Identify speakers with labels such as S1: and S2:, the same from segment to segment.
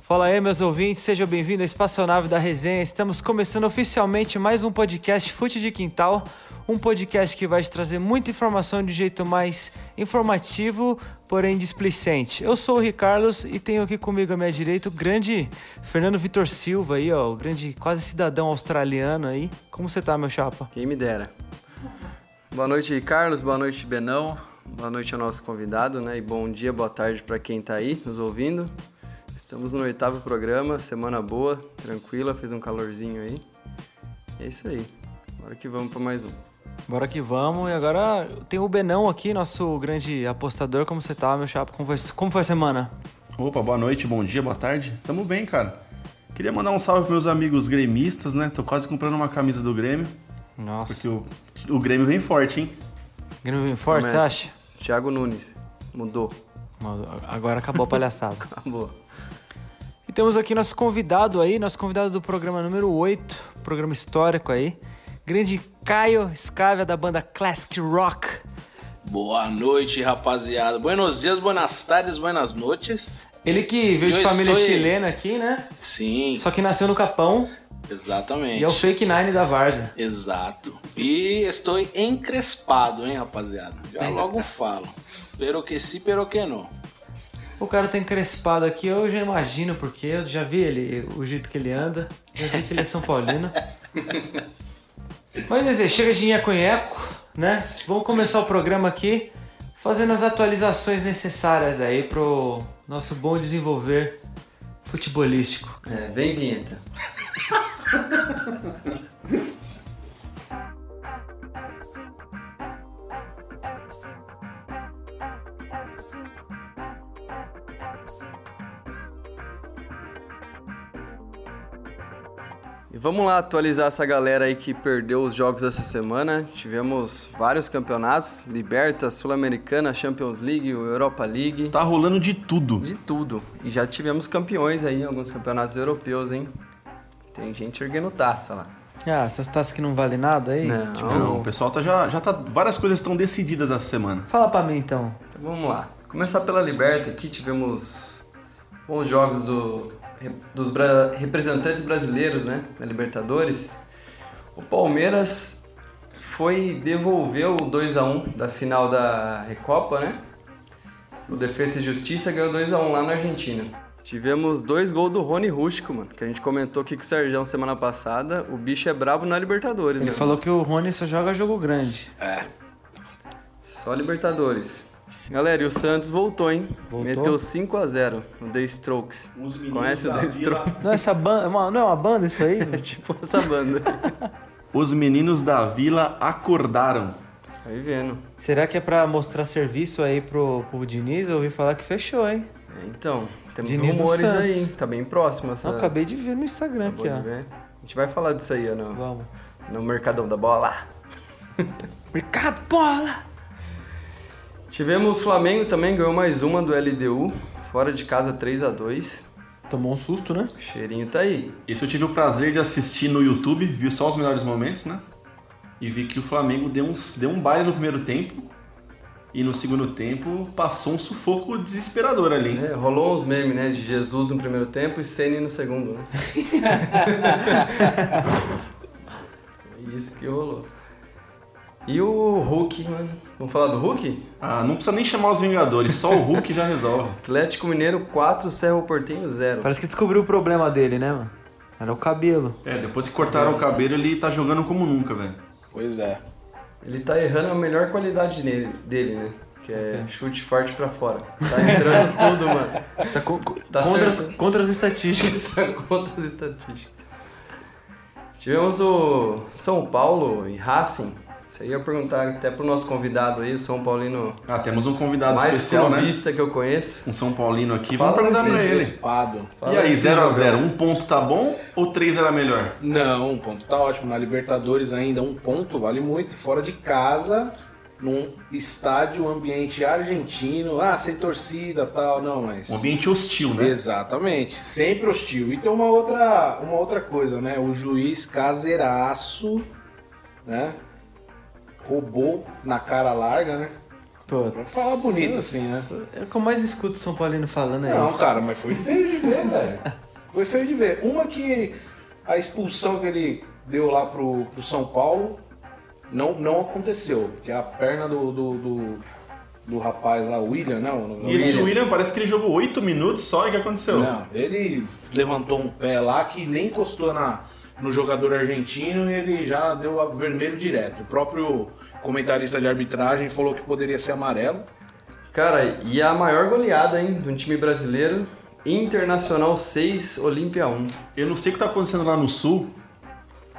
S1: Fala aí, meus ouvintes, sejam bem-vindos à Espaçonave da Resenha. Estamos começando oficialmente mais um podcast Fute de Quintal, um podcast que vai te trazer muita informação de um jeito mais informativo, porém displicente. Eu sou o Ricardos e tenho aqui comigo à minha direita o grande Fernando Vitor Silva aí, ó, o grande quase cidadão australiano aí. Como você tá, meu chapa?
S2: Quem me dera. Boa noite, Carlos. Boa noite, Benão. Boa noite ao nosso convidado, né? E bom dia, boa tarde para quem tá aí nos ouvindo. Estamos no oitavo programa, semana boa, tranquila, fez um calorzinho aí. É isso aí. Bora que vamos para mais um.
S1: Bora que vamos. E agora tem o Benão aqui, nosso grande apostador. Como você tá, meu chapa? Como foi, como foi a semana?
S3: Opa, boa noite, bom dia, boa tarde. Tamo bem, cara. Queria mandar um salve pros meus amigos gremistas, né? Tô quase comprando uma camisa do Grêmio,
S1: Nossa,
S3: porque o, o Grêmio vem forte, hein?
S1: Grêmio vem forte, você
S2: Como é?
S1: acha?
S2: Thiago Nunes, mudou.
S1: Mano, agora acabou a palhaçada.
S2: Acabou.
S1: E temos aqui nosso convidado aí, nosso convidado do programa número 8, programa histórico aí. Grande Caio Escávia da banda Classic Rock.
S4: Boa noite, rapaziada. Buenos dias, buenas tardes, buenas noites.
S1: Ele que veio de
S4: Eu
S1: família
S4: estou-
S1: chilena aqui, né?
S4: Sim,
S1: Só que nasceu no Capão
S4: exatamente.
S1: e é o Fake Nine da Varsa.
S4: Exato. E estou encrespado, hein, rapaziada? Já logo falo. Pero que si, pero que não.
S1: O cara tá encrespado aqui, eu já imagino porque eu já vi ele, o jeito que ele anda, já vi que ele é São Paulino. Mas quer dizer, chega de nheco-nheco, né? Vamos começar o programa aqui fazendo as atualizações necessárias aí pro nosso bom desenvolver futebolístico.
S2: É, vem vinheta. E vamos lá atualizar essa galera aí que perdeu os jogos essa semana. Tivemos vários campeonatos: Liberta, Sul-Americana, Champions League, Europa League.
S3: Tá rolando de tudo.
S2: De tudo. E já tivemos campeões aí em alguns campeonatos europeus, hein? Tem gente erguendo taça lá.
S1: Ah, essas taças que não valem nada aí?
S2: Não.
S1: Tipo,
S3: Não, o pessoal tá já, já tá. Várias coisas estão decididas essa semana.
S1: Fala pra mim então.
S2: Então vamos lá. Começar pela Liberta aqui, tivemos bons jogos do- dos bra- representantes brasileiros, né? Na Libertadores. O Palmeiras foi devolver o 2x1 da final da Recopa, né? O Defesa e Justiça ganhou 2x1 lá na Argentina. Tivemos dois gols do Rony Rústico, mano, que a gente comentou aqui com o Serjão semana passada. O bicho é brabo na Libertadores,
S1: Ele
S2: né?
S1: falou que o Rony só joga jogo grande.
S4: É,
S2: Só Libertadores. Galera, e o Santos voltou, hein?
S1: Voltou?
S2: Meteu 5x0 no The Strokes. Conhece o The Strokes?
S1: Não é essa banda, não é uma banda isso aí?
S2: É tipo essa banda.
S3: Os meninos da vila acordaram.
S2: Aí vendo.
S1: Será que é pra mostrar serviço aí pro, pro Diniz? Eu ouvi falar que fechou, hein?
S2: É, então, temos
S1: Diniz do
S2: rumores
S1: Santos.
S2: aí, hein? Tá bem próximo essa.
S1: Não, Então, acabei de ver no Instagram
S2: Acabou
S1: aqui,
S2: de
S1: ó.
S2: ver. A gente vai falar disso aí ó, no,
S1: Vamos.
S2: no Mercadão da Bola.
S1: Mercado Bola!
S2: Tivemos o Flamengo também, ganhou mais uma do LDU. Fora de casa 3x2.
S1: Tomou um susto, né?
S2: O cheirinho tá aí.
S3: Esse eu tive o prazer de assistir no YouTube, vi só os melhores momentos, né? E vi que o Flamengo deu um, deu um baile no primeiro tempo. E no segundo tempo passou um sufoco desesperador ali. hein?
S2: É, rolou uns memes, né? De Jesus no primeiro tempo e Ceni no segundo, né? É Isso que rolou. E o Hulk, mano. Vamos falar do Hulk?
S3: Ah, não precisa nem chamar os Vingadores, só o Hulk já resolve.
S2: Atlético Mineiro 4, Cerro Portenho 0.
S1: Parece que descobriu o problema dele, né, mano? Era o cabelo.
S3: É, depois que cortaram o cabelo, ele tá jogando como nunca, velho.
S4: pois é.
S2: Ele tá errando a melhor qualidade nele- dele, né? Que é chute forte pra fora. Tá entrando tudo, mano.
S1: Tá, co- co-
S2: Tá
S1: contra,
S2: certo.
S1: as, contra as estatísticas.
S2: São contas estatísticas. Tivemos o São Paulo e Racing. Isso aí eu ia perguntar até pro nosso convidado aí, o São Paulino
S3: Ah, temos um convidado
S2: mais
S3: especial, né?
S2: clubista que eu conheço.
S3: Um São Paulino aqui.
S2: Fala
S3: Vamos perguntar
S2: desse
S3: Tá pra ele.
S4: Encrespado.
S2: Fala
S3: E aí,
S2: desse
S3: 0x0, um ponto tá bom ou três era melhor?
S4: Não, um ponto tá ótimo. Na Libertadores ainda, um ponto vale muito. Fora de casa, num estádio, ambiente argentino. Ah, sem torcida tal, não, mas.
S3: Um ambiente hostil, né?
S4: Exatamente, sempre hostil. E tem uma outra, uma outra coisa, né? O juiz caseiraço, né? Roubou na cara larga, né?
S1: Pô,
S4: Pra falar bonito, assim, né?
S1: é o que eu mais escuto São Paulino falando é
S4: Não,
S1: isso.
S4: cara, mas foi feio de ver, velho. Foi feio de ver. Uma que a expulsão que ele deu lá pro, pro São Paulo não, não aconteceu. Que é a perna do, do, do, do rapaz lá, o William, né? O nome
S3: E esse William parece que ele jogou 8 minutos só e o que
S1: Então,
S3: aconteceu?
S4: Não, ele levantou um pé lá que nem encostou na, no jogador argentino e ele já deu a vermelho direto. O próprio comentarista de arbitragem falou que poderia ser amarelo.
S2: Cara, e a maior goleada, hein, de um time brasileiro, Internacional 6, Olímpia 1.
S3: Eu não sei o que tá acontecendo lá no sul,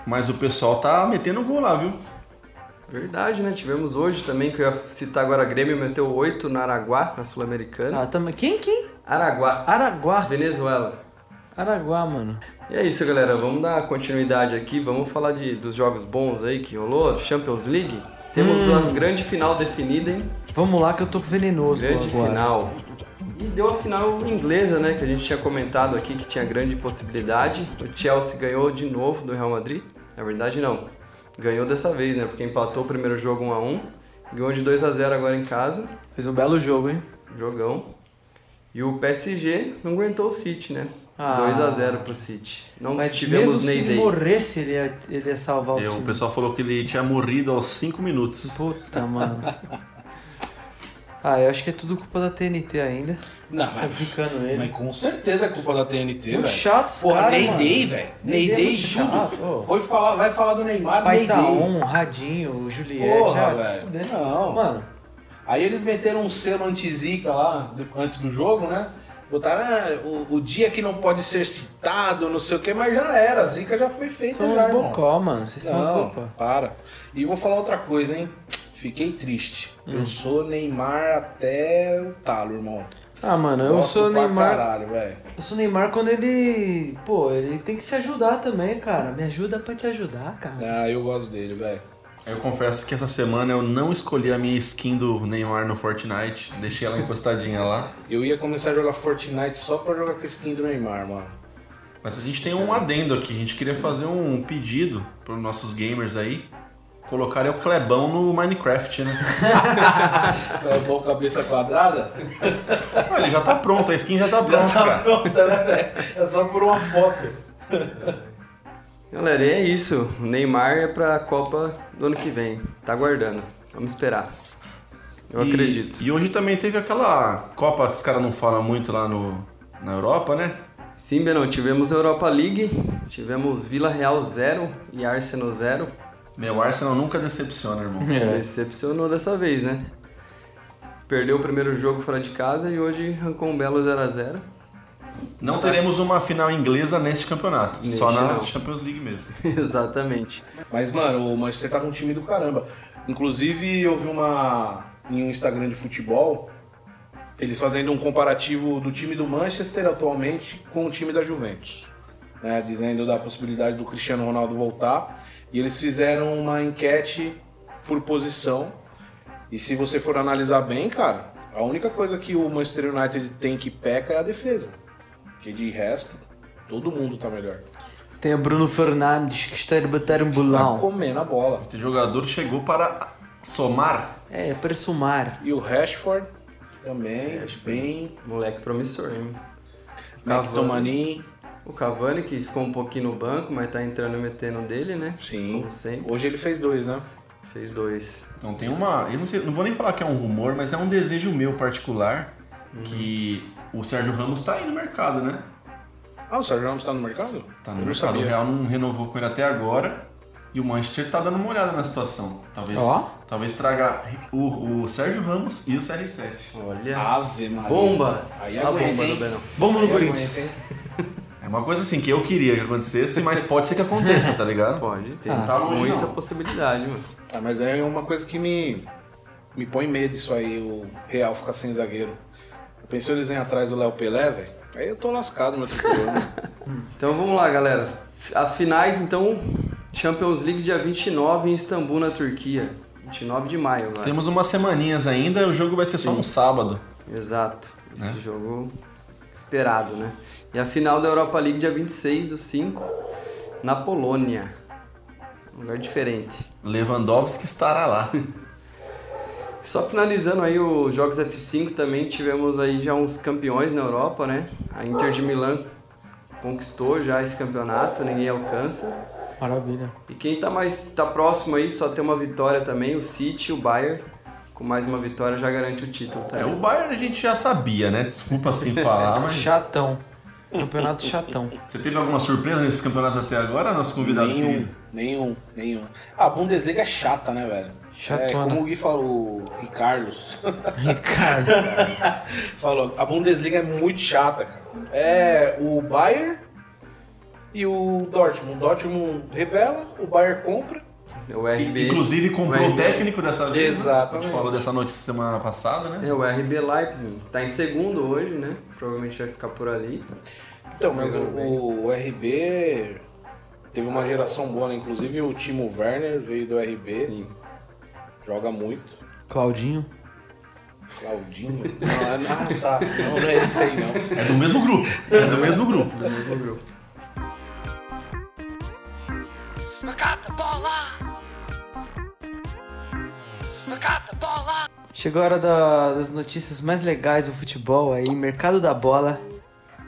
S3: mas o pessoal tá metendo gol lá, viu?
S2: Verdade, né? Tivemos hoje também, que eu ia citar agora, Grêmio meteu 8 na Araguá, na Sul-Americana.
S1: Ah, tamo... Quem, quem?
S2: Araguá,
S1: Araguá.
S2: Venezuela.
S1: Araguá, mano.
S2: E é isso, galera. Vamos dar continuidade aqui. Vamos falar de, dos jogos bons aí que rolou, Champions League. Temos
S3: Hum.
S2: uma grande final definida, hein?
S1: Vamos lá que eu tô venenoso
S2: Grande
S1: agora.
S2: final. E deu a final inglesa, né? Que a gente tinha comentado aqui que tinha grande possibilidade. O Chelsea ganhou de novo do Real Madrid. Na verdade, não. Ganhou dessa vez, né? Porque empatou o primeiro jogo 1 a 1 Ganhou de 2 a 0 agora em casa.
S1: Fez um belo jogo, hein?
S2: Jogão. E o PSG não aguentou o City, né?
S1: Ah.
S2: 2 a 0 pro City. Não
S1: Mas mesmo
S2: tivemos
S1: se
S2: Ney
S1: ele
S2: Day.
S1: morresse, ele ia, ele ia salvar o
S3: É, o
S1: time.
S3: pessoal falou que ele tinha morrido aos 5 minutos.
S1: Puta, mano. ah, eu acho que é tudo culpa da TNT ainda.
S4: Não,
S1: Tá zicando ele.
S4: Ah, Mas com certeza é culpa da TNT, velho.
S1: Muito chato os
S4: Porra,
S1: caras,
S4: Ney
S1: mano.
S4: Day, velho.
S1: Ney
S4: Ney
S1: Day é
S4: Day
S1: muito
S4: e
S1: chato, pô.
S4: tudo. Foi falar, vai falar do Neymar, Ney Day.
S1: Paitaon, tá Radinho, Juliette.
S4: Porra,
S1: ah, se
S4: velho.
S1: fuder.
S4: Não.
S1: Mano,
S4: Aí eles meteram um selo anti-zica lá, de- antes do jogo, né? Botaram ah, o, o dia que não pode ser citado, não sei o que, mas já era. A zica já foi feita
S1: são
S4: já,
S1: uns
S4: irmão.
S1: bocó, mano. Vocês são uns
S4: Não,
S1: bocó.
S4: para. E vou falar outra coisa, hein? Fiquei triste.
S1: Hum.
S4: Eu sou Neymar até o talo, irmão.
S1: Ah, mano, eu
S4: Gosto
S1: sou
S4: pra
S1: Neymar.
S4: Caralho, velho.
S1: Eu sou Neymar quando ele. Pô, ele tem que se ajudar também, cara. Me ajuda pra te ajudar, cara.
S4: Ah, eu gosto dele, velho.
S3: Eu confesso que essa semana eu não escolhi a minha skin do Neymar no Fortnite, deixei ela encostadinha lá.
S4: Eu ia começar a jogar Fortnite só pra jogar com a skin do Neymar, mano.
S3: Mas a gente tem um adendo aqui, a gente queria fazer um pedido para nossos gamers aí, colocarem o Clebão no Minecraft, né?
S4: É bom cabeça quadrada?
S3: Ah, ele já tá pronto, a skin já tá
S4: Já
S3: pronta,
S4: tá
S3: cara.
S4: pronta, né, velho? É só por uma foto.
S2: Galera, e é isso. O Neymar é pra Copa do ano que vem. Tá aguardando. Vamos esperar. Eu
S3: E-
S2: acredito.
S3: E hoje também teve aquela Copa que os caras não falam muito lá no, na Europa, né?
S2: Sim, Benão, tivemos Europa League, tivemos Vila Real 0 e Arsenal 0.
S3: Meu, Arsenal nunca decepciona, irmão.
S1: É.
S2: Decepcionou dessa vez, né? Perdeu o primeiro jogo fora de casa e hoje arrancou um belo 0 a 0
S3: Não teremos uma final inglesa neste campeonato,
S2: Tá. Neste
S3: só na
S2: não.
S3: Champions League mesmo.
S2: Exatamente.
S4: Mas, mano, o Manchester tá com um time do caramba. Inclusive, eu vi uma. em um Instagram de futebol, eles fazendo um comparativo do time do Manchester atualmente com o time da Juventus. né, Dizendo da possibilidade do Cristiano Ronaldo voltar. E eles fizeram uma enquete por posição. E se você for analisar bem, cara, a única coisa que o Manchester United tem que peca é a defesa. Porque de resto, todo mundo tá melhor.
S1: Tem o Bruno Fernandes que está de botar um
S4: Tá
S1: bulão.
S4: comendo a bola.
S3: Esse jogador chegou para somar.
S1: É, presumar.
S4: E o Rashford também, bem.
S2: Moleque promissor, hein?
S4: Mictomani,
S2: O Cavani, que ficou um pouquinho no banco, mas tá entrando e metendo dele, né?
S4: sim.
S2: Como sempre.
S4: Hoje ele fez dois, né?
S2: Fez dois.
S3: Então tem uma. Eu não sei, não vou nem falar que é um rumor, mas é um desejo meu particular que o Sérgio Ramos tá aí no mercado, né?
S4: Ah, o Sérgio Ramos tá no mercado?
S3: Tá
S4: Eu
S3: no
S4: não
S3: mercado. O
S4: sabia.
S3: Real não renovou com ele até agora. E o Manchester tá dando uma olhada na situação. Talvez,
S1: Ó.
S3: talvez traga o, o Sérgio Ramos e o CR7.
S2: Olha.
S4: Ave Maria.
S2: bomba!
S4: Ah, Aí
S2: a
S4: aguenta,
S2: bomba
S4: hein?
S2: do Benão.
S1: Vamos no
S4: Aí
S1: Corinthians.
S4: aguenta, hein?
S3: É uma coisa assim que eu queria que acontecesse, mas pode ser que aconteça, tá ligado?
S2: Pode, tem
S1: Ah,
S3: tá longe,
S2: muita
S3: não.
S2: possibilidade, mano.
S4: Ah, mas é uma coisa que me, me põe medo isso aí, o Real ficar sem zagueiro. Pensou eles vêm atrás do Léo Pelé, velho? Aí eu tô lascado meu tricolor, né?
S2: Então vamos lá, galera. As finais, então, Champions League dia 29 em Istambul, na Turquia. 29 de maio agora.
S3: Temos umas semaninhas ainda, o jogo vai ser só no sábado.
S2: Exato. Esse jogo esperado, né? E a final da Europa League dia 26, o 5, na Polônia. Um lugar diferente.
S3: Lewandowski estará lá.
S2: Só finalizando aí os Jogos F5 também, tivemos aí já uns campeões na Europa, né? A Inter de Milão conquistou já esse campeonato, ninguém alcança.
S1: Maravilha.
S2: E quem tá mais tá próximo aí só tem uma vitória também, o City, o Bayern, com mais uma vitória já garante o título, tá?
S3: É, o Bayern a gente já sabia, né? Desculpa assim falar, mas.
S1: Chatão. Campeonato chatão.
S3: Você teve alguma surpresa nesses campeonatos até agora, nosso convidado
S4: Nenhum,
S3: querido?
S4: nenhum, nenhum. A Bundesliga é chata, né, velho?
S1: Chatona.
S4: É, como o Gui falou, e Carlos
S1: Ricardo.
S4: falou, a Bundesliga é muito chata, cara. É o Bayern e o Dortmund. O Dortmund revela, o Bayern compra.
S2: É O RB.
S3: Inclusive comprou o
S2: RB.
S3: técnico dessa vez. né? A
S4: Exatamente.
S3: gente falou dessa notícia semana passada, né?
S2: É, o RB Leipzig tá em segundo hoje, né? Provavelmente vai ficar por ali.
S4: Então, mas o, o RB teve uma geração boa, né? Inclusive o Timo Werner veio do RB,
S2: Sim.
S4: joga muito.
S1: Claudinho.
S4: Claudinho. Não, é- ah, tá. Não, não é esse aí, não.
S3: É do mesmo grupo. É do mesmo grupo.
S5: Mercado Bola! Mercado Bola!
S1: Chegou a hora da- das notícias mais legais do futebol aí, mercado da bola.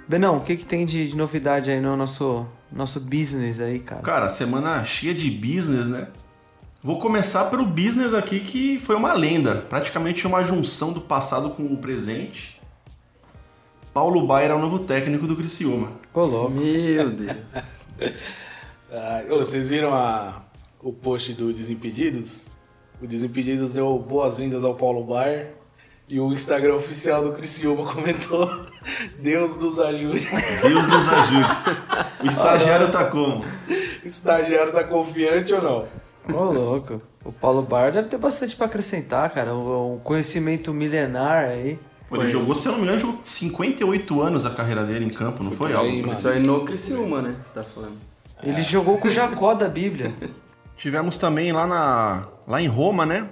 S1: Benão, o que, que tem de, de novidade aí no nosso, nosso business aí, cara?
S3: Cara, semana cheia de business, né? Vou começar pelo business aqui que foi uma lenda, praticamente uma junção do passado com o presente. Paulo Baier é o novo técnico do Criciúma.
S1: Colou.
S2: Meu Deus.
S4: Ah, ô, vocês viram a- o post do Desimpedidos? O Desimpedidos deu boas-vindas ao Paulo Baier e o Instagram oficial do Criciúma comentou Deus nos ajude,
S3: Deus nos ajude. O estagiário tá como?
S4: estagiário tá confiante ou não?
S1: Ô, louco. O Paulo Bar deve ter bastante pra acrescentar, cara. Um, um conhecimento milenar aí.
S3: Pô, Ele jogou, se eu não me engano, jogou 58 anos a carreira dele em campo, não foi?
S4: por aí,
S3: Algo
S4: mano.
S2: Isso aí no Criciúma, né? Você tá falando.
S1: Ele jogou com o Jacó da Bíblia.
S3: Tivemos também lá, na, lá em Roma, né?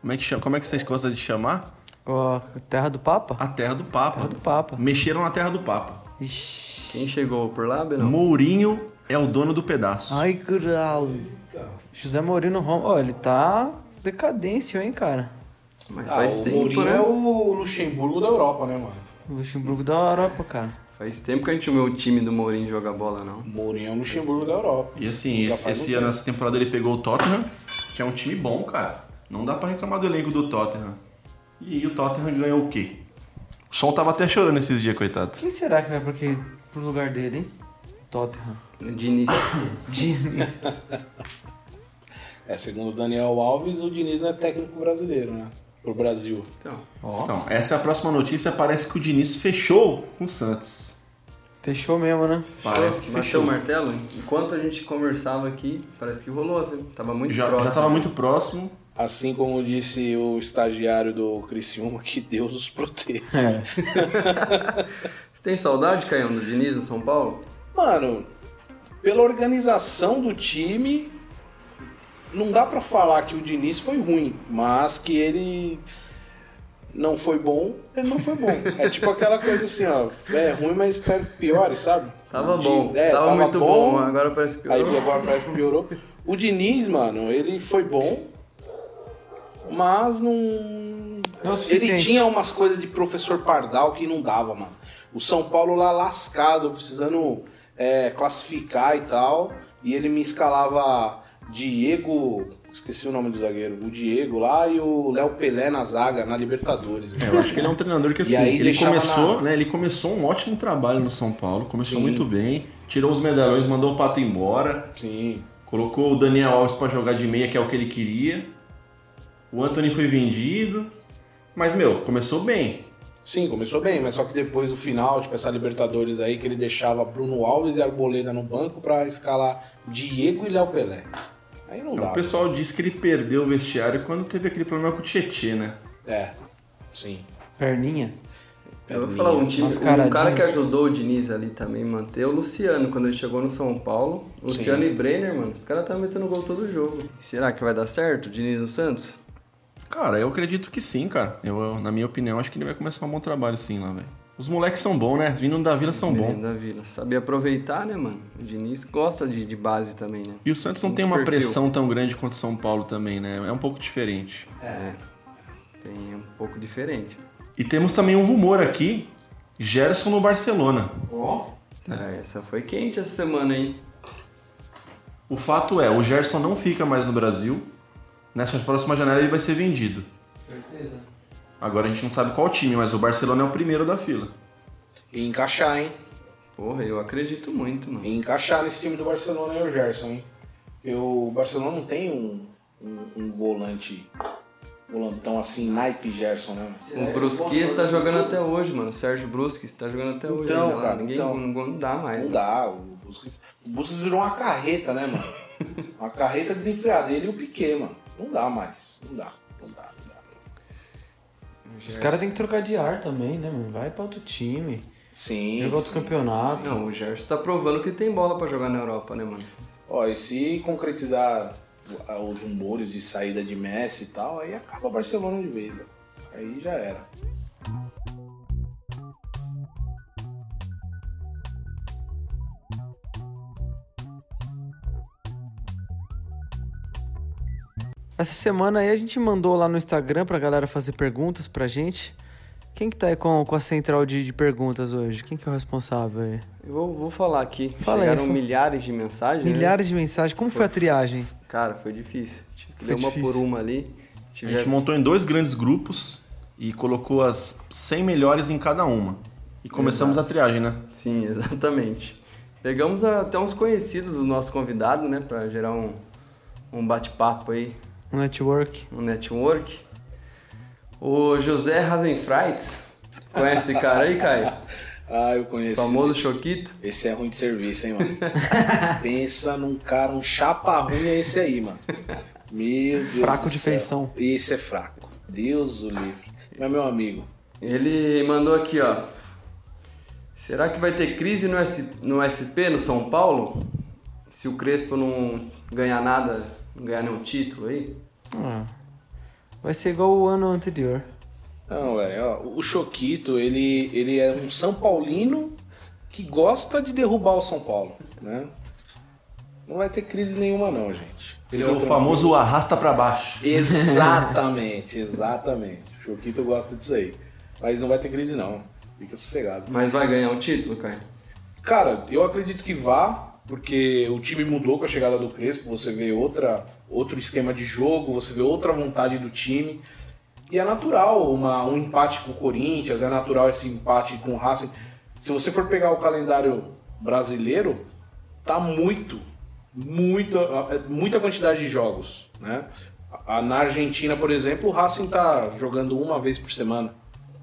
S3: Como é, que chama- como é que vocês gostam de chamar?
S1: Ó, Terra do Papa?
S3: A Terra do Papa.
S1: Terra do Papa.
S3: Mexeram na Terra do Papa.
S1: Ixi.
S2: Quem chegou por lá, Benão?
S3: Mourinho é o dono do pedaço.
S1: Ai, grau. José Mourinho Roma. Ó, ele tá decadência, hein, cara.
S2: Mas
S4: Ah,
S2: faz
S4: o
S2: tempo,
S4: Mourinho
S2: né?
S4: é o Luxemburgo da Europa, né, mano?
S1: O Luxemburgo da Europa, cara.
S2: Faz tempo que a gente não vê o time do Mourinho jogar bola, não.
S4: O Mourinho é o Luxemburgo da Europa.
S3: E assim,
S4: Já
S3: esse,
S4: faz um
S3: esse
S4: tempo.
S3: ano, essa temporada ele pegou o Tottenham, que é um time bom, cara. Não dá pra reclamar do elenco do Tottenham. E o Tottenham ganhou o quê? O Sol tava até chorando esses dias, coitado.
S1: Quem será que vai pra aquele- pro lugar dele, hein? Tottenham.
S2: De início.
S1: Diniz.
S4: É, segundo o Daniel Alves, o Diniz não é técnico brasileiro, né? Pro Brasil.
S2: Então,
S3: Então, essa é a próxima notícia. Parece que o Diniz fechou com o Santos.
S1: Fechou mesmo, né?
S3: Parece que
S2: bateu
S3: fechou.
S2: o martelo. Enquanto a gente conversava aqui, parece que rolou, assim. Tava muito
S3: Já,
S2: próximo.
S3: já tava muito próximo.
S4: Assim como disse o estagiário do Criciúma, que Deus os proteja.
S1: É.
S2: Você tem saudade, Caião, do Diniz no São Paulo?
S4: Mano, pela organização do time, não dá pra falar que o Diniz foi ruim, mas que ele não foi bom, ele não foi bom. É tipo aquela coisa assim, ó, é ruim, mas espero que piore, sabe?
S2: Tava
S4: De-
S2: bom.
S4: é,
S2: tava, muito bom. Agora parece que
S4: Aí agora parece que piorou. O Diniz, mano, ele foi bom, mas não.
S1: Não é o
S4: ele
S1: suficiente.
S4: tinha umas coisas de professor Pardal que não dava, mano. O São Paulo lá lascado, precisando é, classificar e tal. E ele me escalava Diego. Esqueci o nome do zagueiro. O Diego lá e o Léo Pelé na zaga, na Libertadores.
S3: É, eu acho que ele é um treinador que
S4: E
S3: assim,
S4: aí
S3: ele
S4: deixava
S3: começou,
S4: na-
S3: né? Ele começou um ótimo trabalho no São Paulo, começou
S4: Sim.
S3: muito bem, tirou os medalhões, mandou o Pato embora,
S4: Sim.
S3: colocou o Daniel Alves pra jogar de meia, que é o que ele queria. O Anthony foi vendido, mas meu, começou bem.
S4: Sim, começou bem, mas só que depois do final, tipo essa Libertadores aí, que ele deixava Bruno Alves e Arboleda no banco pra escalar Diego e Léo Pelé. Aí não dá.
S3: O É um pessoal disse que ele perdeu o vestiário quando teve aquele problema com o Tietê, né?
S4: É, sim.
S1: Perninha.
S2: Eu vou falar um time. Um
S1: Mascaradinho.
S2: cara que ajudou o Diniz ali também a manter é o Luciano, quando ele chegou no São Paulo. Luciano e Brenner, mano. Os caras estavam metendo gol todo jogo. Será que vai dar certo o Diniz no Santos?
S3: Cara, eu acredito que sim, cara. Eu, eu, na minha opinião, acho que ele vai começar um bom trabalho sim lá, velho. Os moleques são bons, né? Vindo da Vila são bons.
S2: Menino Da Vila. Sabia aproveitar, né, mano? O Diniz gosta de, de base também, né?
S3: E o Santos não
S2: Muito
S3: tem uma
S2: perfil.
S3: pressão tão grande quanto o São Paulo também, né? É um pouco diferente.
S2: Tem um pouco diferente.
S3: E temos também um rumor aqui: Gerson no Barcelona.
S4: Ó.
S2: Ah, essa foi quente essa semana, hein?
S3: O fato é, o Gerson não fica mais no Brasil. Nessa próxima janela ele vai ser vendido.
S2: Certeza.
S3: Agora a gente não sabe qual time, mas o Barcelona é o primeiro da fila.
S4: E encaixar, hein?
S2: Porra, eu acredito muito, mano.
S4: E encaixar nesse time do Barcelona é o Gerson, hein? Eu, o Barcelona não tem um, um, um volante, volantão assim, naipe Gerson, né?
S2: O Brusque está jogando até hoje, mano. O Sérgio Brusque está jogando até hoje.
S4: Então,
S2: ainda lá.
S4: cara,
S2: Ninguém,
S4: então.
S2: não, não dá mais.
S4: Não
S2: mano.
S4: dá, o Busquets, o Busquets virou uma carreta, né, mano? Uma carreta desenfreada, ele e o Piquet, mano. Não dá mais, não dá, não dá, não dá.
S1: Os caras têm que trocar de ar também, né, mano? Vai pra outro time,
S4: Sim.
S1: joga outro
S4: sim.
S1: campeonato.
S2: Não, o Gerson tá provando que tem bola pra jogar na Europa, né, mano?
S4: Ó, e se concretizar a- os rumores de saída de Messi e tal, aí acaba o Barcelona de vez, velho. Aí já era.
S1: Essa semana aí a gente mandou lá no Instagram pra galera fazer perguntas pra gente. Quem que tá aí com, com a central de, de perguntas hoje? Quem que é o responsável aí?
S2: Eu vou, vou falar aqui.
S1: Fala aí,
S2: Chegaram
S1: fala.
S2: milhares de mensagens. né?
S1: Milhares de mensagens. Como foi a triagem?
S2: Cara, foi difícil. Tive que
S1: Foi
S2: ler uma
S1: difícil.
S2: por uma ali.
S3: A
S2: Tive
S3: gente montou em dois grandes grupos e colocou as 100 melhores em cada uma. E começamos a triagem, né?
S2: Sim, exatamente. Pegamos até uns conhecidos do nosso convidado, né? Pra gerar um, um bate-papo aí,
S1: Um network?
S2: um network. O José Rasenfreitz. Conhece esse cara aí, Caio?
S4: Ah, eu conheço.
S2: Famoso Choquito.
S4: Esse é ruim de serviço, hein, mano? Pensa num cara, um chapa ruim é esse aí, mano. Meu Deus.
S1: Fraco
S4: do
S1: de
S4: céu.
S1: feição.
S4: Esse é fraco. Deus o livre. Mas, meu amigo,
S2: Ele mandou aqui, ó. Será que vai ter crise no, S- no SP, no São Paulo? Se o Crespo não ganhar nada, não ganhar nenhum título aí?
S1: Ah, vai ser igual o ano anterior.
S4: Não, velho, ó, o Choquito, ele, ele é um São Paulino que gosta de derrubar o São Paulo, né? Não vai ter crise nenhuma não, gente. Então,
S3: Ele é o famoso arrasta pra baixo.
S4: Exatamente, exatamente. O Choquito gosta disso aí. Mas não vai ter crise não, fica sossegado.
S2: Mas vai ganhar um título, Caio?
S4: Cara, eu acredito que vá, porque o time mudou com a chegada do Crespo, você vê outra, outro esquema de jogo, você vê outra vontade do time. E é natural uma- um empate com o Corinthians, é natural esse empate com o Racing. Se você for pegar o calendário brasileiro, tá muito, muito, é muita quantidade de jogos, né? A- Na Argentina, por exemplo, o Racing tá jogando uma vez por semana,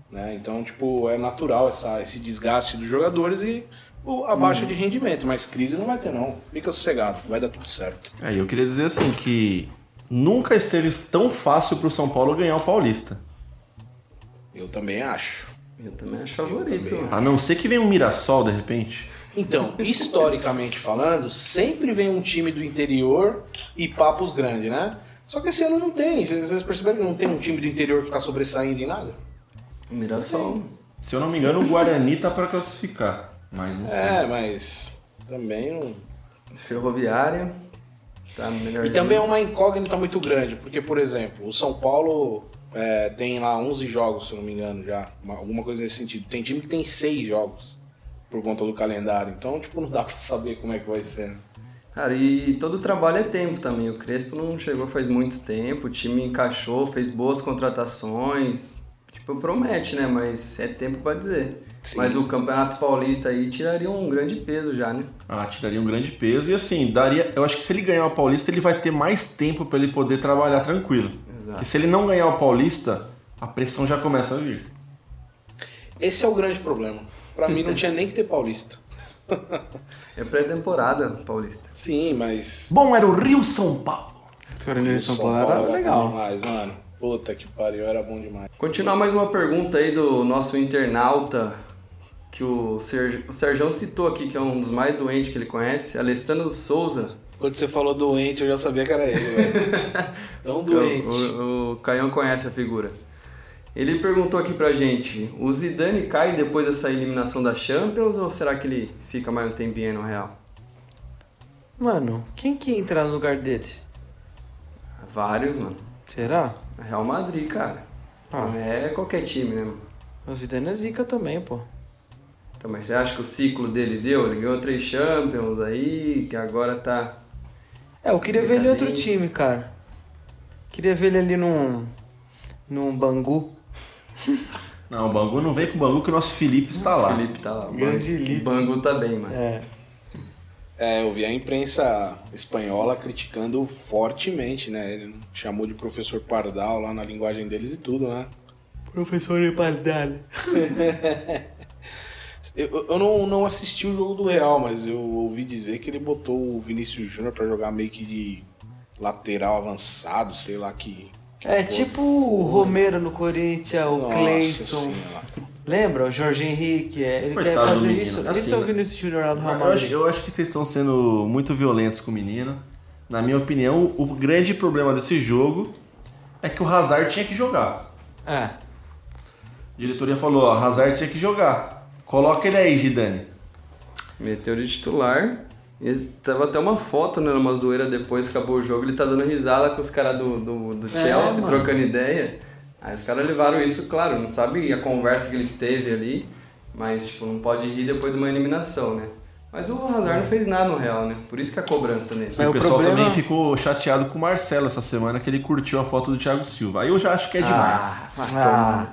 S4: né? Então, tipo, é natural essa, esse desgaste dos jogadores e o- a baixa de rendimento, mas crise não vai ter não. Fica sossegado, vai dar tudo certo.
S3: Aí eu queria dizer assim que nunca esteve tão fácil pro São Paulo ganhar o Paulista.
S4: Eu também acho.
S2: Eu também acho favorito.
S3: A não ser que venha um Mirassol de repente.
S4: Então, historicamente falando, sempre vem um time do interior e papos grande, né? Só que esse ano não tem. Vocês vocês perceberam que não tem um time do interior que tá sobressaindo em nada?
S2: O Mirassol.
S3: Se eu não me engano, o Guarani tá pra classificar. Mas não sei.
S4: É, mas também não.
S2: Ferroviária. Tá melhor.
S4: E também é uma incógnita muito grande, porque, por exemplo, o São Paulo é, tem lá 11 jogos, se eu não me engano, já. uma- alguma coisa nesse sentido. Tem time que tem 6 jogos por conta do calendário. Então, tipo, não dá pra saber como é que vai ser. né?
S2: Cara, e todo trabalho é tempo também. O Crespo não chegou faz muito tempo, o time encaixou, fez boas contratações. Tipo, promete, né? Mas é tempo pra dizer.
S4: Sim.
S2: Mas o Campeonato Paulista aí tiraria um grande peso já, né?
S3: Ah, tiraria um grande peso. E assim, daria. Eu acho que se ele ganhar o Paulista, ele vai ter mais tempo pra ele poder trabalhar tranquilo.
S2: É.
S3: Porque se ele não ganhar o Paulista, a pressão já começa a vir.
S4: Esse é o grande problema. Pra mim, não tinha nem que ter paulista.
S2: É pré-temporada paulista.
S4: Sim, mas
S3: Bom, era o Rio São Paulo.
S1: Torneio de São Paulo
S4: São
S1: era
S4: Paulo bom
S1: legal.
S4: Demais, mano. Puta que pariu, era bom demais.
S2: Continuar mais uma pergunta aí do nosso internauta, que o, Ser... o Serjão citou aqui, que é um dos mais doentes que ele conhece, Alessandro Souza.
S4: Quando você falou doente, eu já sabia que era ele, velho. Tão doente.
S2: O, o Caião conhece a figura. Ele perguntou aqui pra gente: o Zidane cai depois dessa eliminação da Champions ou será que ele fica mais um tempinho aí no Real?
S1: Mano, quem que ia entrar no lugar deles?
S2: Vários, mano.
S1: Será?
S2: Real Madrid, cara.
S1: Ah.
S2: Não é qualquer time, né?
S1: Mas o Zidane é zica também, pô.
S2: Então, mas você acha que o ciclo dele deu? Ele ganhou três Champions aí, que agora tá.
S1: É, eu queria ver ele em outro
S2: Decadente.
S1: time, cara. Queria ver ele ali num. num Bangu.
S3: Não, o Bangu não vem com o Bangu que o nosso Felipe está lá.
S2: O Felipe tá lá. O
S1: Grande
S2: Bangu-
S1: Lipe.
S2: O Bangu tá bem, mano.
S1: É.
S4: É, eu vi a imprensa espanhola criticando fortemente, né? Ele chamou de professor Pardal lá na linguagem deles e tudo, né?
S1: Professor Epaldal.
S4: Eu, eu não, não assisti o jogo do Real, mas eu ouvi dizer que ele botou o Vinícius Júnior pra jogar meio que de lateral avançado, sei lá que. que
S1: É
S4: porra.
S1: tipo o Romero no Corinthians, o
S4: Nossa
S1: Cleison.
S4: Senhora.
S1: Lembra? O Jorge Henrique. é, Ele
S3: Coitado
S1: quer
S3: do
S1: fazer
S3: menino,
S1: isso.
S3: assim,
S1: Esse é o
S3: né?
S1: Vinícius Júnior lá no Real
S3: Eu acho,
S1: Madrid.
S3: eu acho que vocês estão sendo muito violentos com o menino. Na minha opinião, o grande problema desse jogo é que o Hazard tinha que jogar.
S1: É.
S3: A diretoria falou, ó, Hazard tinha que jogar. Coloca ele aí, Zidane.
S2: Meteu de titular. E tava até uma foto, né? Numa zoeira depois que acabou o jogo. Ele tá dando risada com os caras do, do, do
S1: É,
S2: Chelsea,
S1: mano.
S2: trocando ideia. Aí os caras levaram isso, claro, não sabe a conversa que eles teve ali. Mas, tipo, não pode rir depois de uma eliminação, né? Mas o Hazard não fez nada no Real, né? Por isso que a cobrança nele.
S1: Mas
S3: o
S1: É, o
S3: pessoal
S1: problema-
S3: também ficou chateado com o Marcelo essa semana, que ele curtiu a foto do Thiago Silva. Aí eu já acho que é demais.
S1: Ah,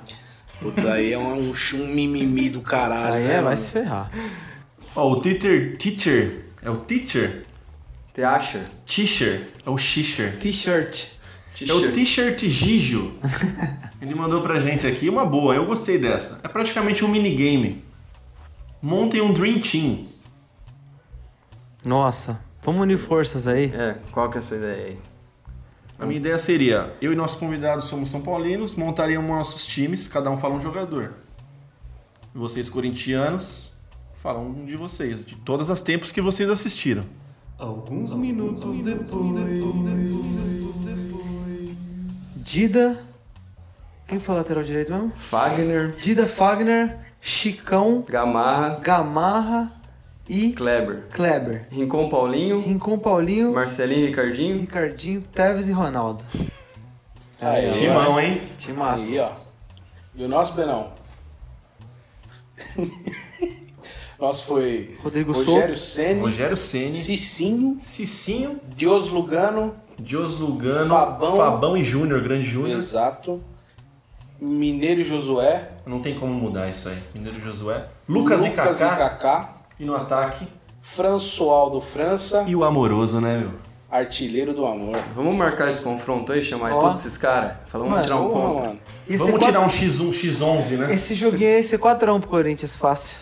S4: Putz, aí é um, um chum mimimi do caralho.
S1: aí
S4: né,
S1: é, vai
S4: mano?
S1: se ferrar.
S3: Ó, o Teacher, Teacher, é o Teacher?
S2: Te acha?
S3: Teacher, é o Xixer.
S1: T-shirt.
S3: É o
S2: T-shirt.
S3: T-shirt Gijo. Ele mandou pra gente aqui uma boa, eu gostei dessa. É praticamente um minigame. Montem um Dream Team.
S1: Nossa. Vamos unir forças aí.
S2: É, qual que é a sua ideia aí?
S3: A minha ideia seria: eu e nossos convidados somos São Paulinos, montaríamos nossos times, cada um fala um jogador. Vocês, corintianos, falam um de vocês, de todas as tempos que vocês assistiram.
S1: Dida. Quem foi o lateral direito mesmo?
S2: Fagner,
S1: Dida Fagner, Chicão,
S2: Gamarra,
S1: Gamarra e
S2: Kleber.
S1: Kleber.
S2: Rincon Paulinho,
S1: Rincon Paulinho,
S2: Marcelinho Ricardinho.
S1: Ricardinho, Tevez e Ronaldo. é
S4: Aí, ó.
S3: Timão, hein?
S1: Timaço.
S4: Aí, ó. E o nosso, Benão? nosso foi
S1: Rodrigo
S4: Rogério Ceni,
S3: Rogério Ceni,
S4: Cicinho,
S3: Cicinho,
S4: Dios Lugano,
S3: Dios Lugano,
S4: Fabão.
S3: Fabão, e Júnior, grande Júnior.
S4: exato, Mineiro e Josué,
S3: Não tem como mudar isso aí. Mineiro Josué. Lucas, e
S4: Lucas
S3: Kaká.
S4: Kaká,
S3: E no ataque.
S4: Françoal do França,
S3: E o amoroso, né, meu?
S4: artilheiro do amor.
S2: Vamos marcar esse confronto aí, chamar
S1: Ó.
S2: todos esses caras? Falar,
S1: Mano,
S2: vamos tirar um
S4: Porra,
S2: ponto.
S4: mano.
S1: Ia ser
S3: Vamos
S1: quatro-
S3: tirar um X1, X11, né?
S1: Esse joguinho aí ia ser 4x1 pro Corinthians, fácil.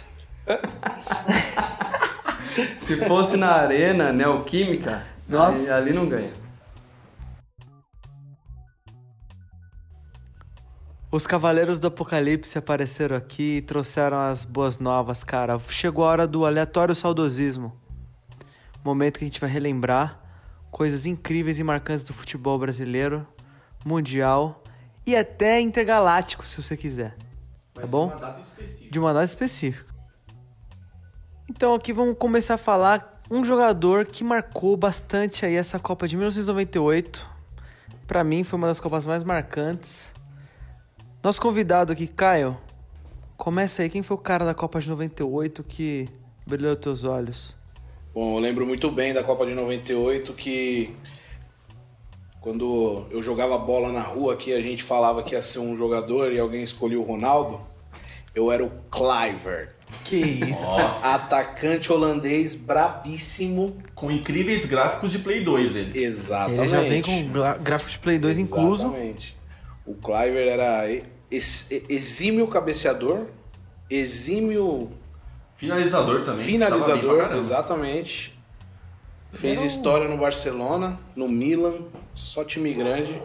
S2: Se fosse na arena neoquímica,
S1: Nossa.
S2: Aí, ali não ganha.
S1: Os Cavaleiros do Apocalipse apareceram aqui e trouxeram as boas novas, cara. Chegou a hora do aleatório saudosismo. Momento que a gente vai relembrar coisas incríveis e marcantes do futebol brasileiro, mundial e até intergaláctico, se você quiser. Tá bom? De uma data específica. Então aqui vamos começar a falar um jogador que marcou bastante aí essa Copa de 1998. Pra mim foi uma das copas mais marcantes. Nosso convidado aqui, Caio. Começa aí, quem foi o cara da Copa de 98 que brilhou teus olhos?
S4: Bom, eu lembro muito bem da Copa de 98 que quando eu jogava bola na rua aqui, a gente falava que ia ser um jogador e alguém escolheu o Ronaldo. Eu era o Cliver,
S1: Que isso?
S4: atacante holandês brabíssimo.
S3: Com incríveis gráficos de Play 2, ele.
S4: Ah, Exatamente.
S1: Ele já vem com gra- gráfico de Play 2 incluso.
S4: Exatamente. O Cliver era e- ex- e- exímio cabeceador, exímio
S3: Finalizador também. que tava bem pra
S4: Finalizador,
S3: caramba.
S4: exatamente.
S1: um
S4: Fez história no Barcelona, no Milan, só time grande.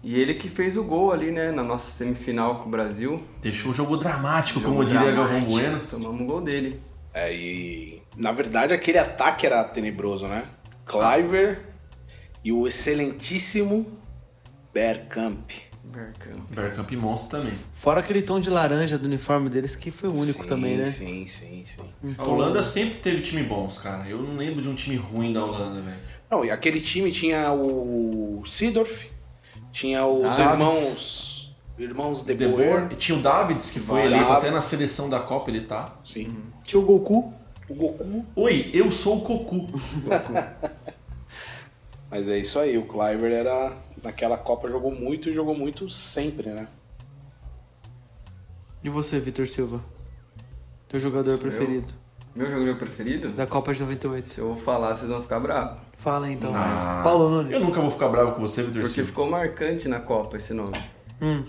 S2: E ele que fez o gol ali, né, na nossa semifinal com o Brasil.
S3: Deixou o jogo dramático,
S2: Jogo
S3: como diria Galvão
S2: dramático.
S3: Bueno.
S2: Tomamos o gol dele.
S4: É, e na verdade aquele ataque era tenebroso, né? Cliver e o excelentíssimo Bergkamp.
S2: Bergkamp.
S3: Bergkamp monstro também.
S1: Fora aquele tom de laranja do uniforme deles que foi único
S4: Sim,
S1: também, né? Hum.
S4: Sim, sim, sim.
S3: A Holanda sempre teve time bons, cara. Eu não lembro de um time ruim da Holanda, velho.
S4: Não, e aquele time tinha o Sidorf, tinha os
S2: Ah,
S4: irmãos Irmãos De
S3: De
S4: Boer.
S3: Boer. E Tinha o Davids, que foi
S4: Davids.
S3: eleito até na seleção da Copa, ele tá.
S2: Uhum.
S4: Sim.
S6: Tinha o Goku.
S4: O Goku.
S3: Oi, eu sou o Cocu.
S4: Mas é isso aí, o Cliver era. Naquela Copa jogou muito e jogou muito sempre, né?
S6: E você, Vitor Silva? Teu jogador
S2: Sou eu?
S6: preferido
S2: Meu jogador preferido?
S6: da Copa de 98.
S2: Se eu falar, vocês vão ficar bravos.
S6: Fala aí, então.
S3: Ah.
S6: Paulo
S3: eu
S6: Nunes.
S3: nunca vou ficar bravo com você, Vitor
S2: Porque
S3: Silva.
S2: ficou marcante na Copa esse nome.
S6: Hum.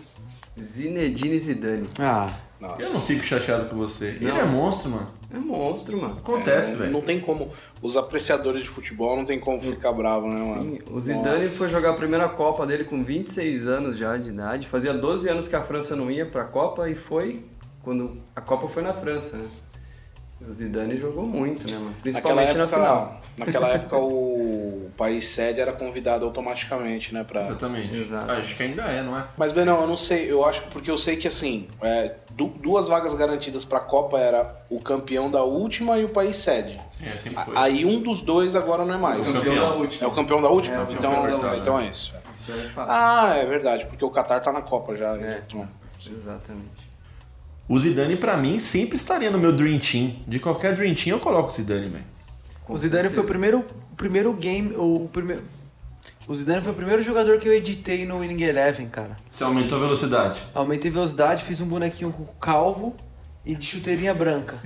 S2: Zinedine Zidane.
S6: Ah,
S4: Nossa.
S3: Eu não fico chateado com você.
S2: Não.
S3: Ele é monstro, mano.
S2: É monstro, mano.
S3: Acontece,
S4: não,
S3: velho.
S4: É, não tem como. Os apreciadores de futebol não tem como ficar bravo, né, mano?
S2: Hum. Sim, o Zidane
S4: Nossa.
S2: foi jogar a primeira Copa dele com 26 anos já de idade. Fazia 12 anos que a França não ia pra Copa e foi quando a Copa foi na França, né? O Zidane jogou muito, né, mano? Principalmente
S4: naquela época,
S2: na final.
S4: Naquela época o país sede era convidado automaticamente, né? Pra...
S3: Exatamente.
S2: Exato.
S3: Acho que ainda é, não é?
S4: Mas, Benão, eu não sei, eu acho, porque eu sei que assim, é, du- duas vagas garantidas pra Copa era o campeão da última e o país sede.
S3: Sim, é, sempre foi.
S4: Aí um dos dois agora não é
S2: Ah,
S4: mais.
S3: O campeão da
S4: É o campeão da última?
S2: É, o campeão
S4: então,
S2: da última.
S4: então é isso.
S2: Isso é fato.
S4: Ah, é verdade, porque o Qatar tá na Copa já.
S2: É.
S4: então.
S2: Exatamente.
S3: O Zidane, pra mim, sempre estaria no meu Dream Team. De qualquer Dream Team, eu coloco o Zidane, velho.
S2: Com
S1: O Zidane foi o primeiro, o primeiro game, ou o primeiro... O Zidane foi o primeiro jogador que eu editei no Winning Eleven, cara.
S3: Você aumentou a velocidade.
S1: Aumentei velocidade, fiz um bonequinho com calvo e de chuteirinha branca.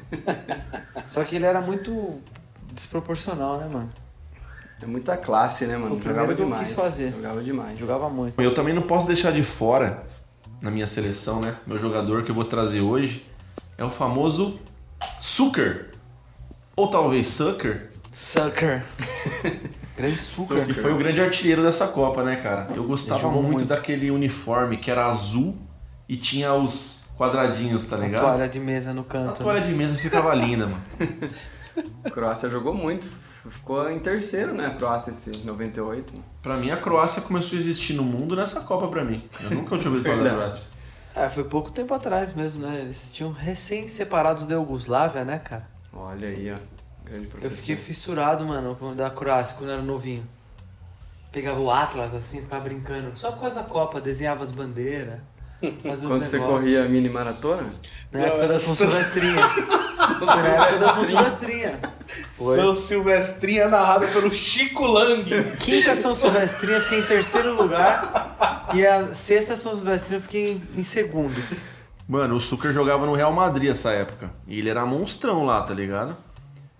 S1: Só que ele era muito desproporcional, né, mano?
S2: É muita classe, né,
S1: Foi
S2: mano?
S1: o
S2: Jogava
S1: primeiro que eu
S2: demais.
S1: quis fazer.
S2: Jogava demais.
S1: Jogava muito.
S3: Eu também não posso deixar de fora, na minha seleção, né? Meu jogador que eu vou trazer hoje é o famoso Sucker. Ou talvez Sucker,
S1: Sucker. Grande sucker.
S3: que foi o grande artilheiro dessa Copa, né, cara? Eu gostava
S1: jogou
S3: muito,
S1: muito. cara.
S3: daquele uniforme que era azul e tinha os quadradinhos, tá
S1: A
S3: ligado?
S1: toalha de mesa no
S3: A
S1: canto.
S3: toalha de mesa ficava linda, mano.
S2: A Croácia jogou muito. f- Ficou em terceiro, né? A Croácia esse 98.
S3: Pra mim, a Croácia começou a existir no mundo nessa Copa, pra mim. Eu nunca tinha ouvido falar da
S2: Verdade.
S3: Croácia.
S1: É, foi pouco tempo atrás mesmo, né? Eles tinham recém-separados da Iugoslávia, né, cara?
S2: Olha aí, ó. Grande
S1: Eu
S2: professor.
S1: fiquei fissurado, mano, com- da Croácia quando eu era novinho. Pegava o Atlas, assim, ficava brincando. Só por causa da Copa, desenhava as bandeiras. Fazia
S2: Quando
S1: os
S2: você
S1: negócios.
S2: corria a mini maratona?
S1: Na época da São Silvestrinha. Foi na época da São Silvestrinha.
S4: São Silvestrinha narrado pelo Chico Lang.
S3: Então,
S1: Quinta São Silvestrinha, fiquei em terceiro lugar. E a sexta São Silvestrinha, eu fiquei em- em segundo.
S3: Mano, o Sucker jogava no Real Madrid essa época. E ele era monstrão lá, tá ligado?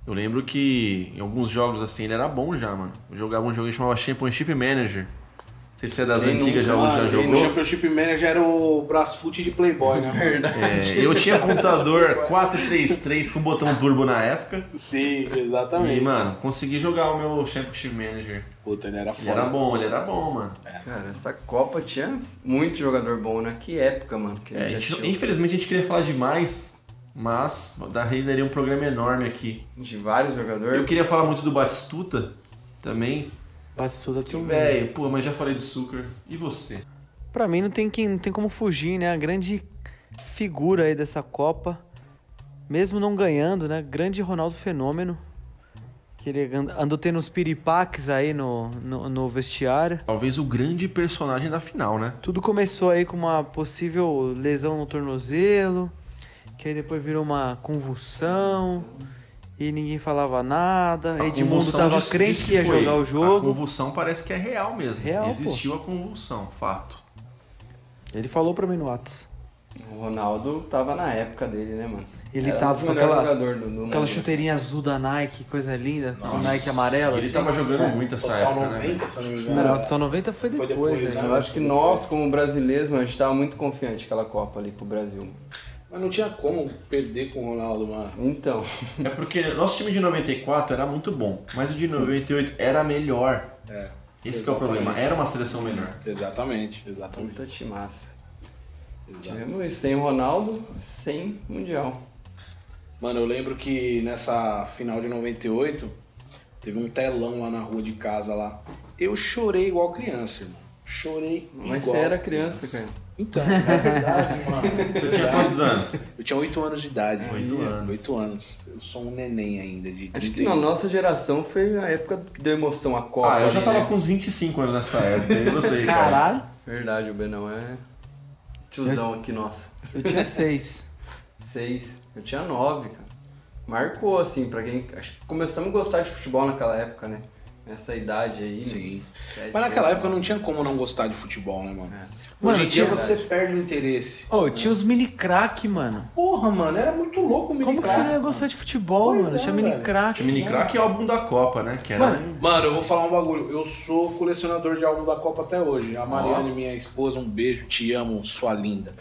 S3: Eu lembro que em alguns jogos assim ele era bom já, mano. Eu jogava um jogo que chamava Championship Manager. Não sei se é das
S2: Quem
S3: antigas, já,
S2: nunca,
S3: já
S4: Mano, Ah, O
S3: jogou.
S4: Championship Manager era o Brasfoot de Playboy, né? Verdade.
S3: É, eu tinha computador 433 com botão turbo na época.
S4: Sim,
S3: E,
S4: exatamente.
S3: mano, consegui jogar o meu Championship Manager.
S4: Puta, ele era
S3: Ele era
S4: foda.
S3: bom, ele era bom, mano.
S2: Cara, essa Copa tinha muito jogador bom, né? Que época, mano. Que
S3: É, a
S2: já
S3: gente-
S2: tinha
S3: infelizmente a gente queria falar demais, mas renderia um programa enorme aqui.
S2: de vários jogadores.
S3: Eu queria falar muito do Batistuta também.
S1: Batistuta
S3: Seu
S1: tudo bem.
S3: velho, pô, mas já falei do Sucre. E você?
S1: Pra mim não tem, quem, não tem como fugir, né? A grande figura aí dessa Copa, mesmo não ganhando, né? Grande Ronaldo Fenômeno. Que ele and- andou tendo uns piripaques aí no, no, no vestiário.
S3: Talvez o grande personagem da final, né?
S1: Tudo começou aí com uma possível lesão no tornozelo, que aí depois virou uma convulsão e ninguém falava nada. Edmundo
S3: convulsão
S1: tava
S3: diz- diz
S1: crente que ia
S3: foi.
S1: jogar o
S3: A
S1: jogo.
S3: convulsão parece que é real mesmo.
S1: Real, pô.
S3: Existiu a convulsão, fato.
S1: Ele falou pra mim no Whats.
S2: O Ronaldo tava na época dele, né, mano?
S1: Ele
S2: Era
S1: tava
S2: um
S1: com
S2: dos melhores
S1: aquela-
S2: jogador do, do
S1: Aquela
S2: mundo.
S1: chuteirinha azul da Nike, coisa linda, com Nike amarela.
S3: Ele
S1: assim.
S3: tava jogando muito essa
S4: Total
S3: época, né?
S4: 90, se eu não me engano.
S1: Não, só 90 foi
S4: Foi
S1: depois,
S4: depois,
S1: né?
S4: né?
S2: Eu acho que nós, como brasileiros, mano, a gente tava muito confiante aquela Copa ali com o Brasil.
S4: Mas não tinha como perder com o Ronaldo, mano.
S2: Então,
S3: É porque nosso time de 94 era muito bom, mas o de 98 era melhor.
S4: É.
S3: Esse que é o
S4: Exatamente.
S3: problema, era uma seleção melhor.
S4: Exatamente, exatamente.
S2: puta timaço.
S4: exatamente.
S2: Tivemos isso, sem Ronaldo, sem Mundial.
S4: Mano, eu lembro que nessa final de 98, teve um telão lá na rua de casa lá. Eu chorei igual criança, irmão. Chorei
S2: Mas
S4: igual
S2: você era criança, cara.
S4: Então, na verdade, mano.
S3: Você tinha quantos anos?
S4: Eu tinha 8 anos de idade.
S3: Oito
S4: Oito
S3: anos.
S4: Oito anos. Eu sou um neném ainda de
S2: Acho que
S4: 31.
S2: na nossa geração foi a época que deu emoção a Copa.
S3: Ah, eu já
S2: ali,
S3: tava
S2: né?
S3: com uns 25 anos nessa época. E você, cara?
S1: Caralho.
S2: Verdade, o Benão é. tiozão aqui, nossa.
S1: Eu tinha seis.
S2: Seis. Eu tinha nove, cara. Marcou, assim, pra quem. Acho que começamos a gostar de futebol naquela época, né? Nessa idade aí. né?
S4: Sim.
S2: Sete,
S4: Mas naquela
S2: oito.
S4: época não tinha como não gostar de futebol, né, mano?
S7: Mano,
S4: Hoje em dia
S7: tinha-
S4: você perde o interesse.
S1: Ô, tinha os mini crack, mano.
S4: Porra, mano, era muito louco o
S1: Como que você não ia gostar de futebol,
S4: Pois
S1: mano?
S4: é,
S1: tinha mini
S4: velho.
S1: crack.
S3: Tinha mini crack e álbum da Copa, né? Que era
S1: Mano,
S4: Mano, eu vou falar um bagulho. Eu sou colecionador de álbum da Copa até hoje. A Mariane, minha esposa, um beijo, te amo, sua linda.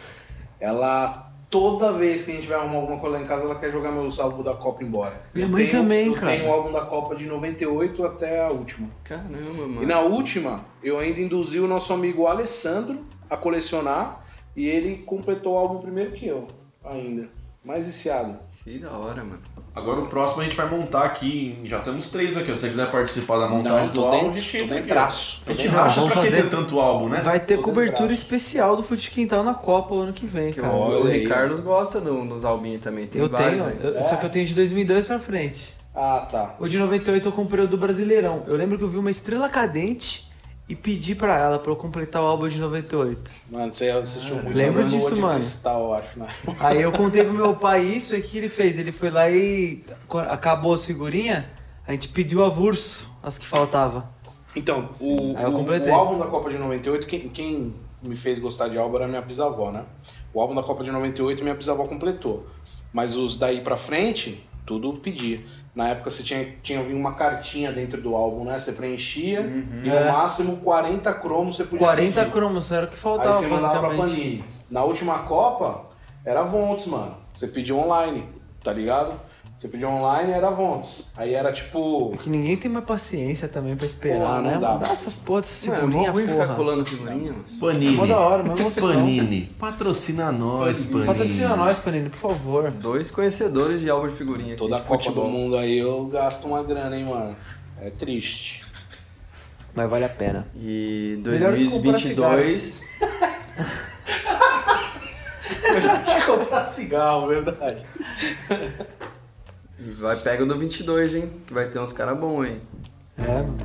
S4: Ela, toda vez que a gente vai arrumar alguma coisa lá em casa, ela quer jogar meus álbuns da Copa embora.
S1: Minha mãe também,
S4: eu
S1: cara.
S4: tenho o álbum da Copa de 98 até a última.
S2: Caramba,
S4: E
S2: mano.
S4: na última, eu ainda induzi o nosso amigo Alessandro a colecionar e ele completou o álbum primeiro que eu, ainda. Mais viciado.
S2: Que da hora, mano.
S3: Agora o próximo a gente vai montar aqui. Já temos três aqui. ó. Se você quiser participar da montagem
S4: Não,
S3: do
S4: tô
S3: álbum, a
S4: dentro,
S3: gente
S4: tô
S3: entra aqui,
S4: dentraço,
S3: ó.
S4: tô
S3: A gente
S4: dentraço.
S3: racha
S1: Vamos
S3: pra que
S1: fazer-
S3: ter tanto álbum, né?
S1: vai ter
S4: Todo
S1: cobertura
S4: braço.
S1: especial do Fute de Quintal na Copa o ano que vem,
S2: Que
S1: cara.
S2: o- o
S4: Olha aí.
S2: Ricardo gosta do- dos albinhos também. Tem
S1: Eu
S2: vários
S1: tenho,
S2: aí.
S1: eu- só que eu tenho de 2002 pra frente.
S4: Ah, tá.
S1: O de 98 eu comprei o do Brasileirão. Eu lembro que eu vi uma estrela cadente e pedi pra ela pra eu completar o álbum de 98.
S4: Mano, você assistiu muito.
S1: Lembro
S4: Lua
S1: disso,
S4: de
S1: mano.
S4: Cristal, eu acho, né?
S1: Aí eu contei pro meu pai isso e o que ele fez? Ele foi lá e co- acabou as figurinhas, a gente pediu avulso, as que faltava.
S4: Então, o,
S1: Aí eu
S4: o-
S1: completei.
S4: o álbum da Copa de 98, quem, quem me fez gostar de álbum era minha bisavó, né? O álbum da Copa de 98 minha bisavó completou. Mas os daí pra frente, tudo pedia. Na época você tinha, tinha vindo uma cartinha dentro do álbum, né? Você preenchia e no
S1: É.
S4: máximo 40 cromos você podia
S1: 40
S4: pedir.
S1: cromos, era o que
S4: Aí
S1: faltava
S4: você mandava pra
S1: basicamente.
S4: Panini. Na última Copa, era Vonts, mano. Você pediu online, tá ligado? Você pediu online, era Vonts. Aí era tipo...
S1: É Que ninguém tem mais paciência também pra
S4: Porra,
S1: esperar,
S4: não
S1: né?
S4: dá.
S1: Dá essas portas,
S2: Mano, é mó
S1: segurinha,
S2: ruim ficar
S1: porra.
S2: colando figurinha, mano.
S3: Panini.
S1: Mó da hora, mó emoção.
S3: Panini. Patrocina nós, Panini.
S1: Patrocina nós, Panini, por favor.
S2: Dois conhecedores de álbum de figurinha aqui.
S4: Toda a
S2: de
S4: Copa
S2: futebol.
S4: do Mundo aí eu gasto uma grana, hein, mano. É triste.
S1: Mas vale a pena.
S2: E
S1: Melhor que comprar
S2: 2022.
S4: comprar cigarro, verdade.
S2: e Vai, pega o do 22, hein? Que vai ter uns caras bons, hein?
S1: É, mano.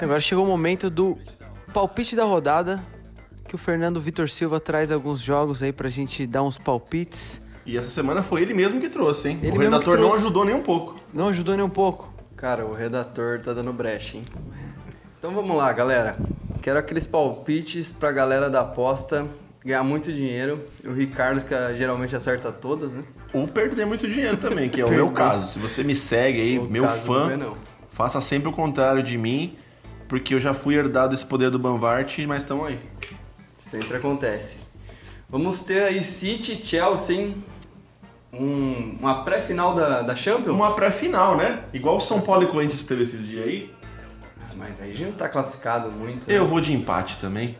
S1: Agora chegou o momento do palpite da rodada, que o Fernando Vitor Silva traz alguns jogos aí pra gente dar uns palpites.
S3: E essa semana foi ele mesmo que trouxe, hein?
S1: Ele
S3: o
S1: mesmo
S3: redator
S1: que
S3: não
S1: trouxe.
S3: ajudou nem um pouco.
S1: Não ajudou nem um pouco.
S2: Cara, o redator tá dando brecha, hein? Então vamos lá, galera. Quero aqueles palpites pra galera da aposta ganhar muito dinheiro. E O Ricardo, que geralmente acerta todas, né?
S3: Ou perder muito dinheiro também, que é o meu caso. Se você me segue aí,
S2: O
S3: meu
S2: caso
S3: fã,
S2: não é, não.
S3: faça sempre o contrário de mim, porque eu já fui herdado esse poder do Banvart, mas estamos aí.
S2: Sempre acontece. Vamos ter aí City e Chelsea, hein? Um- uma pré-final da, da Champions?
S3: Uma pré-final, né? Igual o São Paulo e Corinthians teve esses dias aí,
S2: Mas aí já não tá classificado muito. né?
S3: eu vou de empate também.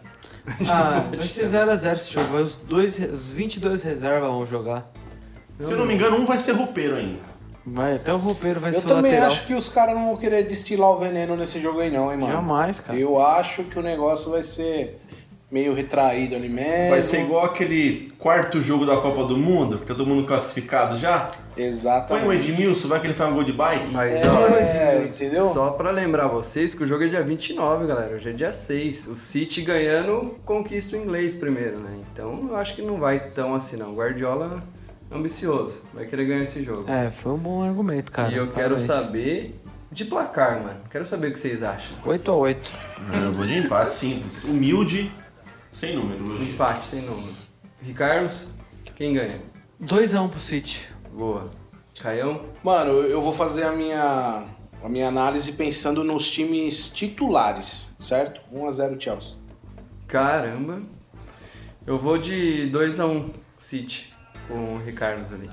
S1: Ah, vai ser 0x0 esse jogo. Vai Os, dois, os 22 reservas vão jogar.
S3: Se eu não me engano, um vai ser roupeiro ainda.
S1: Vai, até o roupeiro vai
S4: Eu
S1: ser o
S4: também
S1: lateral.
S4: acho que os caras não vão querer destilar o veneno nesse jogo aí, não, hein, mano.
S1: Jamais, cara.
S4: Eu acho que o negócio vai ser meio retraído ali mesmo.
S3: Vai ser igual aquele quarto jogo da Copa do Mundo, que tá todo mundo classificado já. Põe o
S4: Exatamente.
S3: Edmilson, Tá vai que ele faz um gol de bike.
S2: Mas,
S4: É,
S2: ó,
S4: é, entendeu?
S2: Só pra lembrar vocês que o jogo é dia 29, galera. Hoje é dia 6. O City ganhando conquista o inglês primeiro, né? Então eu acho que não vai tão assim, não. Guardiola é ambicioso. Vai querer ganhar esse jogo.
S1: É, foi um bom argumento, cara.
S2: e eu quero
S1: Parabéns.
S2: saber de placar, mano. Quero saber o que vocês acham.
S1: 8x8.
S3: Ah, Eu vou de empate, simples. Humilde, sem número hoje.
S2: Empate sem número. Ricardo, quem ganha?
S1: 2x1 pro City.
S2: Boa. Caião?
S4: Mano, eu eu vou fazer a minha, a minha análise pensando nos times titulares, certo? 1x0 Chelsea.
S2: Caramba. Eu vou de 2x1 City com o Ricardo ali.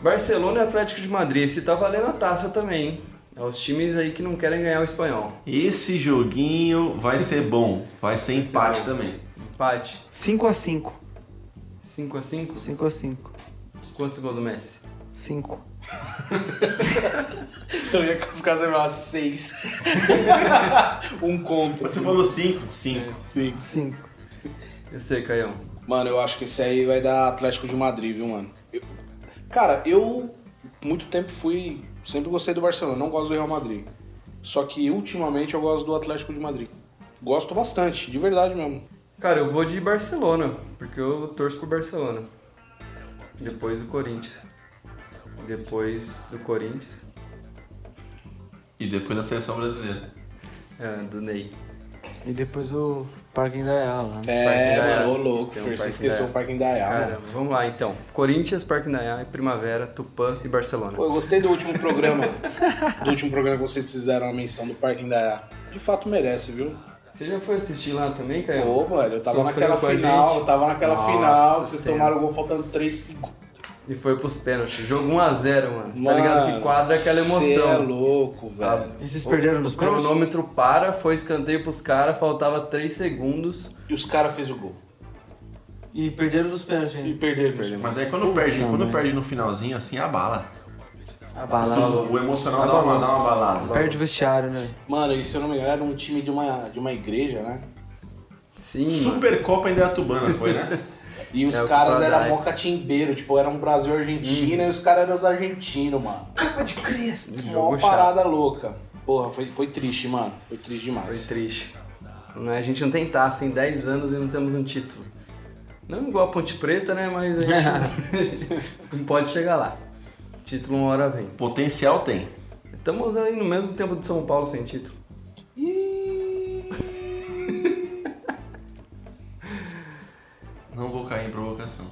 S2: Barcelona e Atlético de Madrid. Esse tá valendo a taça também, hein? É os times aí que não querem ganhar o espanhol.
S3: Esse joguinho vai ser bom. Vai ser empate
S2: bom.
S3: também.
S2: Empate.
S1: 5x5.
S2: 5x5?
S1: 5x5.
S2: Quantos gols do Messi?
S1: 5.
S4: Eu ia com os caras 6. um contra.
S3: Você falou 5? 5.
S4: Sim.
S1: 5.
S2: Eu sei, Caião.
S4: Mano, eu acho que esse aí vai dar Atlético de Madrid, viu, mano? Eu- Cara, eu muito tempo fui. Sempre gostei do Barcelona, não gosto do Real Madrid. Só que ultimamente eu gosto do Atlético de Madrid. Gosto bastante, de verdade mesmo.
S2: Cara, eu vou de Barcelona, porque eu torço pro Barcelona. Depois do Corinthians. Depois do Corinthians.
S3: E depois da seleção brasileira.
S2: É, do Ney.
S1: E depois o Parque Indaial lá. né?
S2: Parque
S4: É,
S2: da
S4: mano, ô
S2: Era.
S4: louco,
S2: Tem um
S4: Fer, você
S2: Parque
S4: esqueceu
S2: da
S4: o Parque Indaial.
S2: Cara, vamos lá então. Corinthians, Parque Nayá, Primavera, Tupã e Barcelona.
S4: Pô, eu gostei do último programa. do último programa que vocês fizeram a menção do Parque Indaiá. De fato merece, viu?
S2: Você já foi assistir lá também, Caio?
S4: Pô, velho, eu tava
S2: É, Sofreu
S4: naquela
S2: com a
S4: final,
S2: gente.
S4: eu tava naquela
S2: Nossa
S4: final, que vocês
S2: Senhora.
S4: tomaram o gol faltando 3 segundos.
S2: E foi pros pênaltis. Jogo 1x0, mano. Você tá
S4: Mano,
S2: ligado que quadra é aquela
S4: Cê é
S2: emoção. Tá.
S4: louco, velho.
S1: E vocês perderam nos
S2: o
S1: pênaltis?
S2: cronômetro para, foi escanteio pros caras, faltava 3 segundos.
S4: E os caras fez o gol.
S1: E perderam nos pênaltis
S2: É,
S4: E
S1: ainda.
S4: perderam.
S3: Mas aí quando perde, quando
S1: merda.
S3: perde no finalzinho, assim, abala.
S1: A bala.
S3: Tudo, o emocional dá uma, dá uma balada.
S1: Perde o vestiário, né?
S4: Mano, e se eu não me engano, era um time de uma, de uma igreja, né?
S2: Sim, mano.
S3: Supercopa em Deatubana, foi, né?
S4: E os
S2: É, o Uhum.
S4: caras
S2: Bandai.
S4: eram mó catimbeiro, tipo, era um Brasil e Argentina e os caras eram os argentinos, mano.
S1: Capa de Cristo!
S4: Mó
S2: jogo Uhum. chato.
S4: parada louca. Porra, foi, foi triste, mano. Foi triste
S2: Foi
S4: demais.
S2: triste. Não é- A gente não tem taça em 10 anos e não temos um título. Não igual a Ponte Preta, né? Mas a gente não pode chegar lá. Título uma hora vem.
S3: Potencial tem.
S2: Estamos aí no mesmo tempo de São Paulo sem título.
S3: Não vou cair em provocação.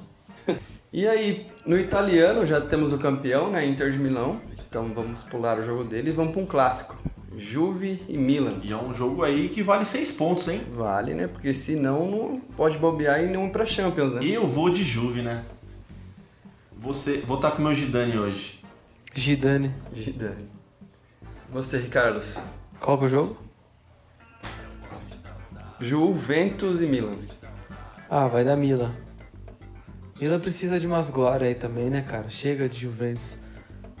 S2: E aí, no italiano já temos o campeão, né? Inter de Milão. Então vamos pular o jogo dele e vamos para um clássico. Juve e Milan.
S3: E é um jogo aí que vale seis pontos, hein?
S2: Vale, né? Porque senão não pode bobear e não ir pra Champions, né?
S3: Eu vou de Juve, né? Você, vou estar com o meu Gidani hoje.
S1: Gidane.
S2: Gidani. Você, Carlos.
S1: Qual que é o jogo?
S2: Juventus e Milan.
S1: Ah, vai da Mila. Mila precisa de umas glórias aí também, né, cara? Chega de Juventus.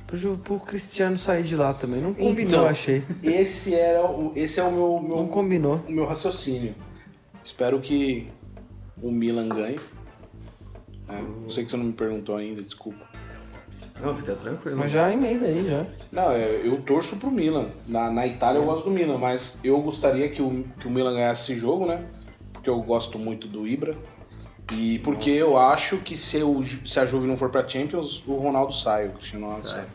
S1: Pro, Ju- pro Cristiano sair de lá também. Não combinou,
S4: Então.
S1: achei.
S4: Esse, era o, esse é o meu, meu,
S1: Não combinou.
S4: o meu raciocínio. Espero que o Milan ganhe. né? Eu sei que você não me perguntou ainda, desculpa.
S2: Não, fica tranquilo.
S1: Mas já emenda aí, já.
S4: Não, é, eu torço pro Milan. Na, na Itália eu gosto do Milan, mas eu gostaria que o, que o Milan ganhasse esse jogo, né? Porque eu gosto muito do Ibra. E porque eu acho que se, o Ju- se a Juve não for pra Champions, o Ronaldo sai, o Cristiano Ronaldo sai.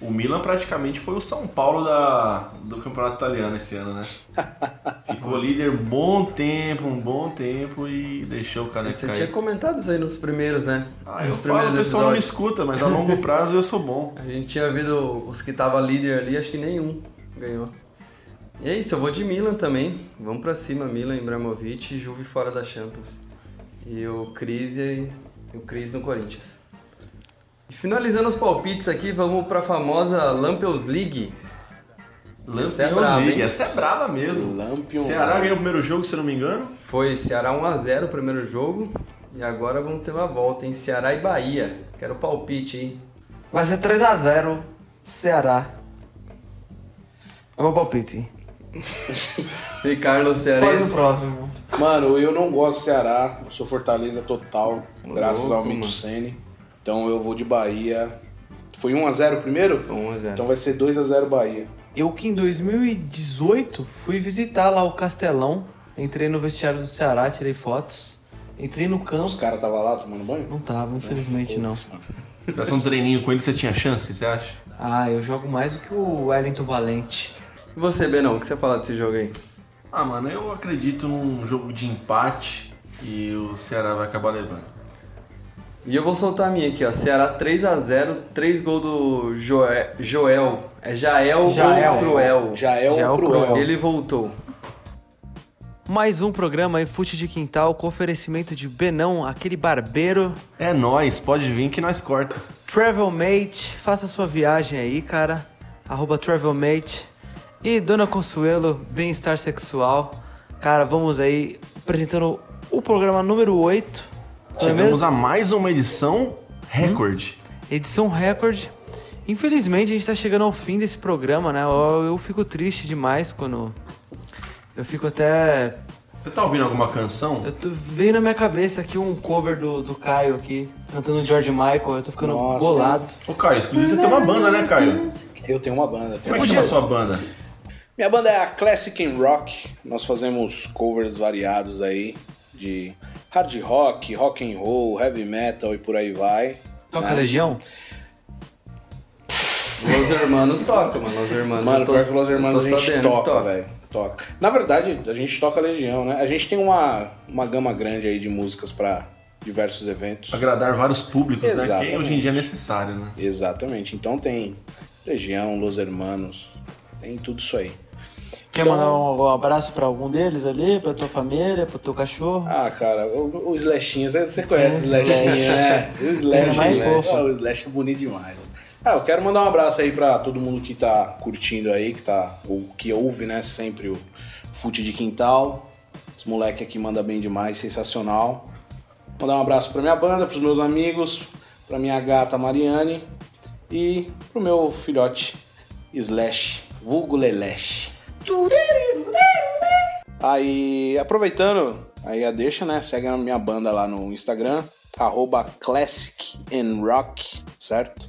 S3: O Milan praticamente foi o São Paulo da, do campeonato italiano esse ano, né? Ficou líder um bom tempo, um bom tempo e deixou o caneco
S2: Você
S3: cair.
S2: tinha comentado isso aí nos primeiros, né?
S3: Ah, eu
S2: nos
S3: falo, o pessoal não me escuta, mas a longo prazo eu sou bom.
S2: A gente tinha ouvido os que tava líder ali, acho que nenhum ganhou. E é isso, eu vou de Milan também. Vamos pra cima, Milan, Ibrahimovic e Juve fora da Champions. E o Cris e e o Cris no Corinthians. E finalizando os palpites aqui, vamos pra famosa Lampions League.
S3: Lampions
S2: Essa é braba,
S3: League,
S2: hein?
S3: essa é braba mesmo.
S4: Lampion.
S3: Ceará ganhou o primeiro jogo, se eu não me engano.
S2: Foi Ceará 1x0 o primeiro jogo. E agora vamos ter uma volta em Ceará e Bahia. Quero palpite, hein?
S1: Vai ser 3x0, Ceará. É meu palpite. hein?
S2: E
S1: Pode
S2: Carlos
S1: no
S2: Cearense.
S1: próximo.
S4: Mano, eu não gosto do Ceará, eu sou Fortaleza total, graças ao Mito Sene. Então eu vou de Bahia. Foi 1x0 primeiro?
S2: 1x0.
S4: Então vai ser 2x0 Bahia.
S1: Eu que em 2018 fui visitar lá o Castelão. Entrei no vestiário do Ceará, tirei fotos. Entrei no
S4: Os
S1: campo.
S4: caras estavam lá tomando banho?
S1: Não tava, infelizmente não.
S3: Se tivesse um treininho com ele, você tinha chance, você acha?
S1: Ah, eu jogo mais do que o Wellington Valente.
S2: E você, Benão, o que você fala desse jogo aí?
S3: Ah, mano, eu acredito num jogo de empate e o Ceará vai acabar levando.
S2: E eu vou soltar a minha aqui, ó. Ceará 3x0, 3 gols do Joe- Joel. É Jael,
S1: Jael.
S2: ou Cruel.
S4: Já é
S1: Já é
S4: o
S1: o
S4: cruel.
S2: Ele voltou.
S1: Mais um programa iFute de Quintal com oferecimento de Benão, aquele barbeiro.
S3: É nóis, pode vir que nós corta.
S1: Travelmate, faça sua viagem aí, cara. Arroba Travelmate. E Dona Consuelo, bem-estar sexual. Cara, vamos aí apresentando o programa número 8. Não é
S3: Chegamos
S1: mesmo?
S3: a mais uma edição recorde.
S1: Edição recorde. Infelizmente, a gente tá chegando ao fim desse programa, né? Eu, eu fico triste demais quando. Eu fico até.
S3: Você Você tá ouvindo alguma canção?
S1: Eu tô, veio na minha cabeça aqui um cover do, do Caio aqui, cantando George Michael, eu tô ficando
S4: Nossa.
S1: bolado.
S3: Ô, Caio, inclusive você tem uma banda, né, Caio?
S4: Eu tenho uma banda. Tenho
S3: Como é
S4: uma
S3: que chama a sua banda?
S4: Minha banda é a Classic in Rock. Nós fazemos covers variados aí de hard rock, rock and roll, heavy metal e por aí vai.
S1: Toca Legião?
S2: Los Hermanos toca, mano. Los Hermanos.
S4: Mano,
S2: eu tô-
S4: pior que Los Hermanos a
S2: tô
S4: gente
S2: sabendo que
S4: toca, velho. Toca. Na verdade, a gente toca Legião, né? A gente tem uma, uma gama grande aí de músicas pra diversos eventos.
S3: Agradar vários públicos, né? Que
S4: Exatamente.
S3: hoje em dia é necessário, né?
S4: Exatamente. Então tem Legião, Los Hermanos, tem tudo isso aí.
S1: Quer
S4: Então-
S1: mandar um, um abraço pra algum deles ali, pra tua família, pro teu cachorro?
S4: Ah, cara, o, o Slashinho, você você conhece o
S1: Slash.
S4: Slashinho, né? O
S1: É, Coisa mais
S4: Slash,
S1: fofa.
S4: ah, o Slash é bonito demais. Ah, eu quero mandar um abraço aí pra todo mundo que tá curtindo aí, que tá, ou que ouve, né, sempre o Fute de Quintal. Os moleque aqui manda bem demais, sensacional. Mandar um abraço pra minha banda, pros meus amigos, pra minha gata Mariane e pro meu filhote Slash, vulgo Lelesh. Aí, aproveitando, aí a deixa, né? Segue a minha banda lá no Instagram, arroba Classic and Rock, certo?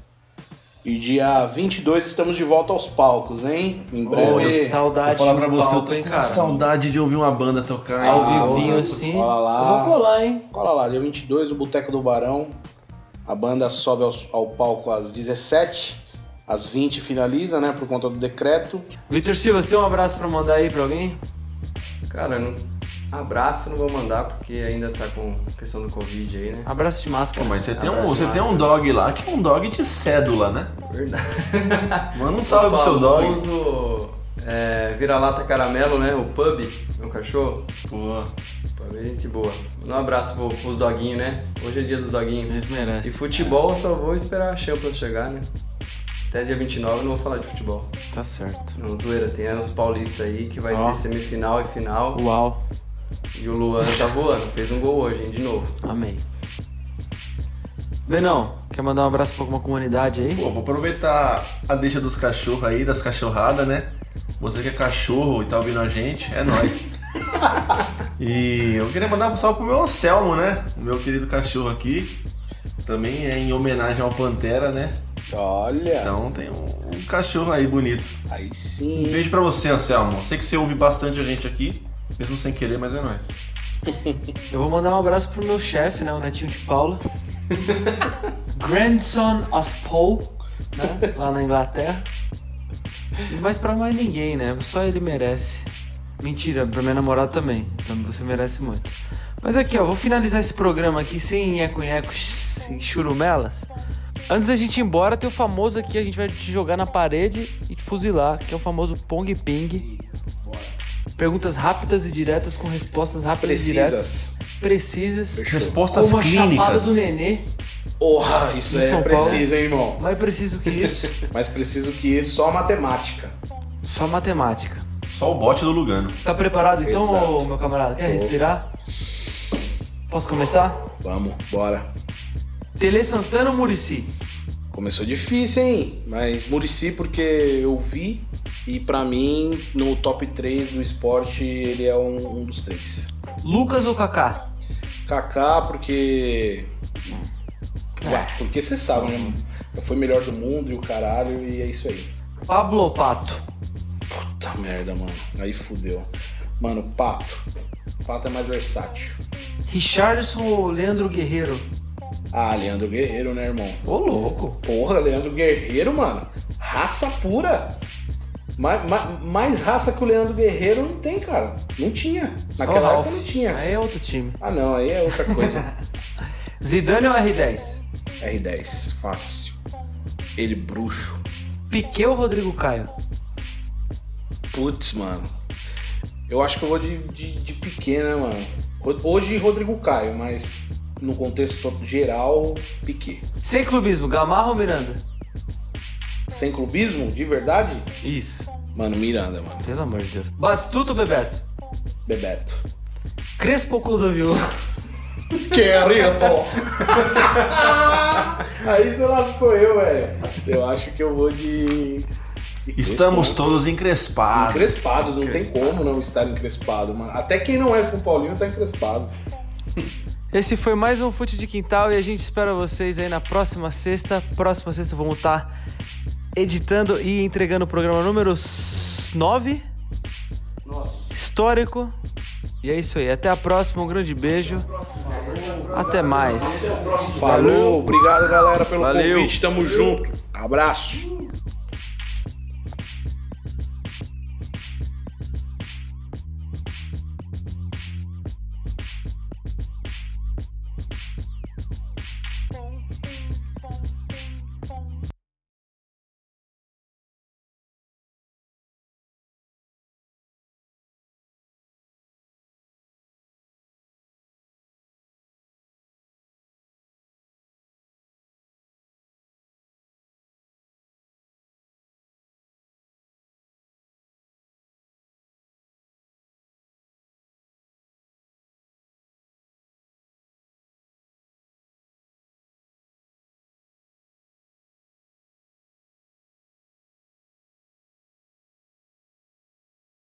S4: E dia 22 estamos de volta aos palcos, hein? Em breve.
S1: Olha, saudade
S3: Vou falar pra
S1: do
S3: você, eu
S1: palco,
S3: tô
S1: hein,
S3: com
S1: cara?
S3: saudade de ouvir uma banda tocar. hein?
S1: Ao vivinho
S4: mano,
S1: assim.
S4: cola lá.
S1: Eu vou colar, hein?
S4: Cola lá, dia 22, o Boteco do Barão. A banda sobe aos- ao, palco às 17, às 20 finaliza, né? Por conta do decreto.
S1: Vitor Silva, você tem um abraço pra mandar aí pra alguém?
S2: Cara, não... abraço não vou mandar porque ainda tá com questão do Covid aí, né?
S1: Abraço de
S3: Pô,
S1: máscara.
S3: mas você tem, um,
S2: Abraço
S3: você
S2: massa.
S3: tem um dog lá que é um dog de cédula, né?
S2: Verdade.
S3: Manda um salve pro seu
S2: O
S3: dog.
S2: famoso, é, vira-lata caramelo, né? O pub, meu cachorro.
S3: Pô,
S2: Pub é gente boa. Manda um abraço pro, pros doguinhos, né? Hoje é dia dos doguinhos.
S1: Eles
S2: E
S1: merecem.
S2: futebol, eu só vou esperar a Champions chegar, né? Até dia 29 eu não vou falar de futebol.
S1: Tá certo.
S2: Não, zoeira, tem uns paulistas aí que vai
S1: Ó.
S2: ter semifinal e final.
S1: Uau.
S2: E o Luan tá voando, fez um gol hoje, hein, de novo.
S1: Amém. Benão, quer mandar um abraço pra alguma comunidade aí?
S3: Pô, vou aproveitar a deixa dos cachorros aí, das cachorradas, né? Você que é cachorro e tá ouvindo a gente, é nóis. e eu queria mandar um salve pro meu Anselmo, né? O meu querido cachorro aqui. Também é em homenagem ao Pantera, né?
S4: Olha,
S3: Então tem um, um cachorro aí bonito.
S4: aí
S3: Um
S4: sim.
S3: beijo pra você, Anselmo. Sei que você ouve bastante a gente aqui, mesmo sem querer, mas é nóis.
S1: Eu vou mandar um abraço pro meu chefe, né? O netinho de Paula. Grandson of Paul, né? Lá na Inglaterra. Mas pra mais ninguém, né? Só ele merece. Mentira, pra minha namorada também. Então você merece muito. Mas aqui, ó, vou finalizar esse programa aqui sem eco-eco, sem churumelas. Antes da gente ir embora, tem o famoso aqui, a gente vai te jogar na parede e te fuzilar, que é o famoso Pong Ping. Perguntas rápidas e diretas com respostas rápidas e diretas
S4: Precisas.
S1: precisas.
S3: Respostas
S1: como a chapada
S3: clínicas.
S1: do nenê.
S4: Porra, isso
S1: Em
S4: aí é
S1: São Paulo.
S4: preciso, hein, irmão?
S1: Mais preciso que isso,
S4: Mas preciso que isso, só matemática.
S1: só matemática.
S3: Só o bote do Lugano.
S1: Tá preparado então,
S4: Exato.
S1: ô, meu camarada? Quer
S4: Tô.
S1: respirar? Posso começar?
S4: Vamos, bora.
S1: Tele Santana ou Murici?
S4: Começou difícil, hein? Mas Murici, porque eu vi e pra mim, no top 3 do esporte, ele é um, um dos três.
S1: Lucas ou Kaká?
S4: Kaká, porque.
S1: É.
S4: Ué, porque você sabe, né? Eu fui melhor do mundo e o caralho, e é isso aí.
S1: Pablo ou Pato?
S4: Puta merda, mano. Aí fudeu. Mano, pato. Pato é mais versátil.
S1: Richardson ou Leandro Guerreiro?
S4: Ah, Leandro Guerreiro, né, irmão?
S1: Ô, louco.
S4: Porra, Leandro Guerreiro, mano. Raça pura. Ma- ma- mais raça que o Leandro Guerreiro não tem, cara. Não tinha.
S1: Só o
S4: Naquela
S1: Ralph.
S4: época não tinha.
S1: Aí é outro time.
S4: Ah, não, aí é outra coisa.
S1: Zidane ou R10?
S4: R10, fácil. Ele bruxo.
S1: Piquet ou Rodrigo Caio?
S4: Putz, mano. Eu acho que eu vou de, de, de Piquet, né, mano? Ro- Hoje Rodrigo Caio, mas no contexto geral, Piquet.
S1: Sem clubismo, Gamarra ou Miranda?
S4: Sem clubismo, de verdade?
S1: Isso.
S4: Mano, Miranda, mano.
S1: Pelo amor de Deus. Batistuta ou Bebeto?
S4: Bebeto.
S1: Crespo ou Clodovil?
S4: Querido! Aí você lascou eu, velho. Eu acho que eu vou de.
S3: Estamos todos encrespados.
S4: Encrespado, não tem como não estar encrespado, mano. Até quem não é São Paulino tá encrespado.
S1: Esse foi mais um Fute de Quintal e a gente espera vocês aí na próxima sexta. Próxima sexta vamos estar editando e entregando o programa número 9. Histórico. E é isso aí. Até a próxima. Um grande beijo. Até mais.
S4: Falou, obrigado galera pelo
S2: Valeu.
S4: convite, tamo junto. Abraço.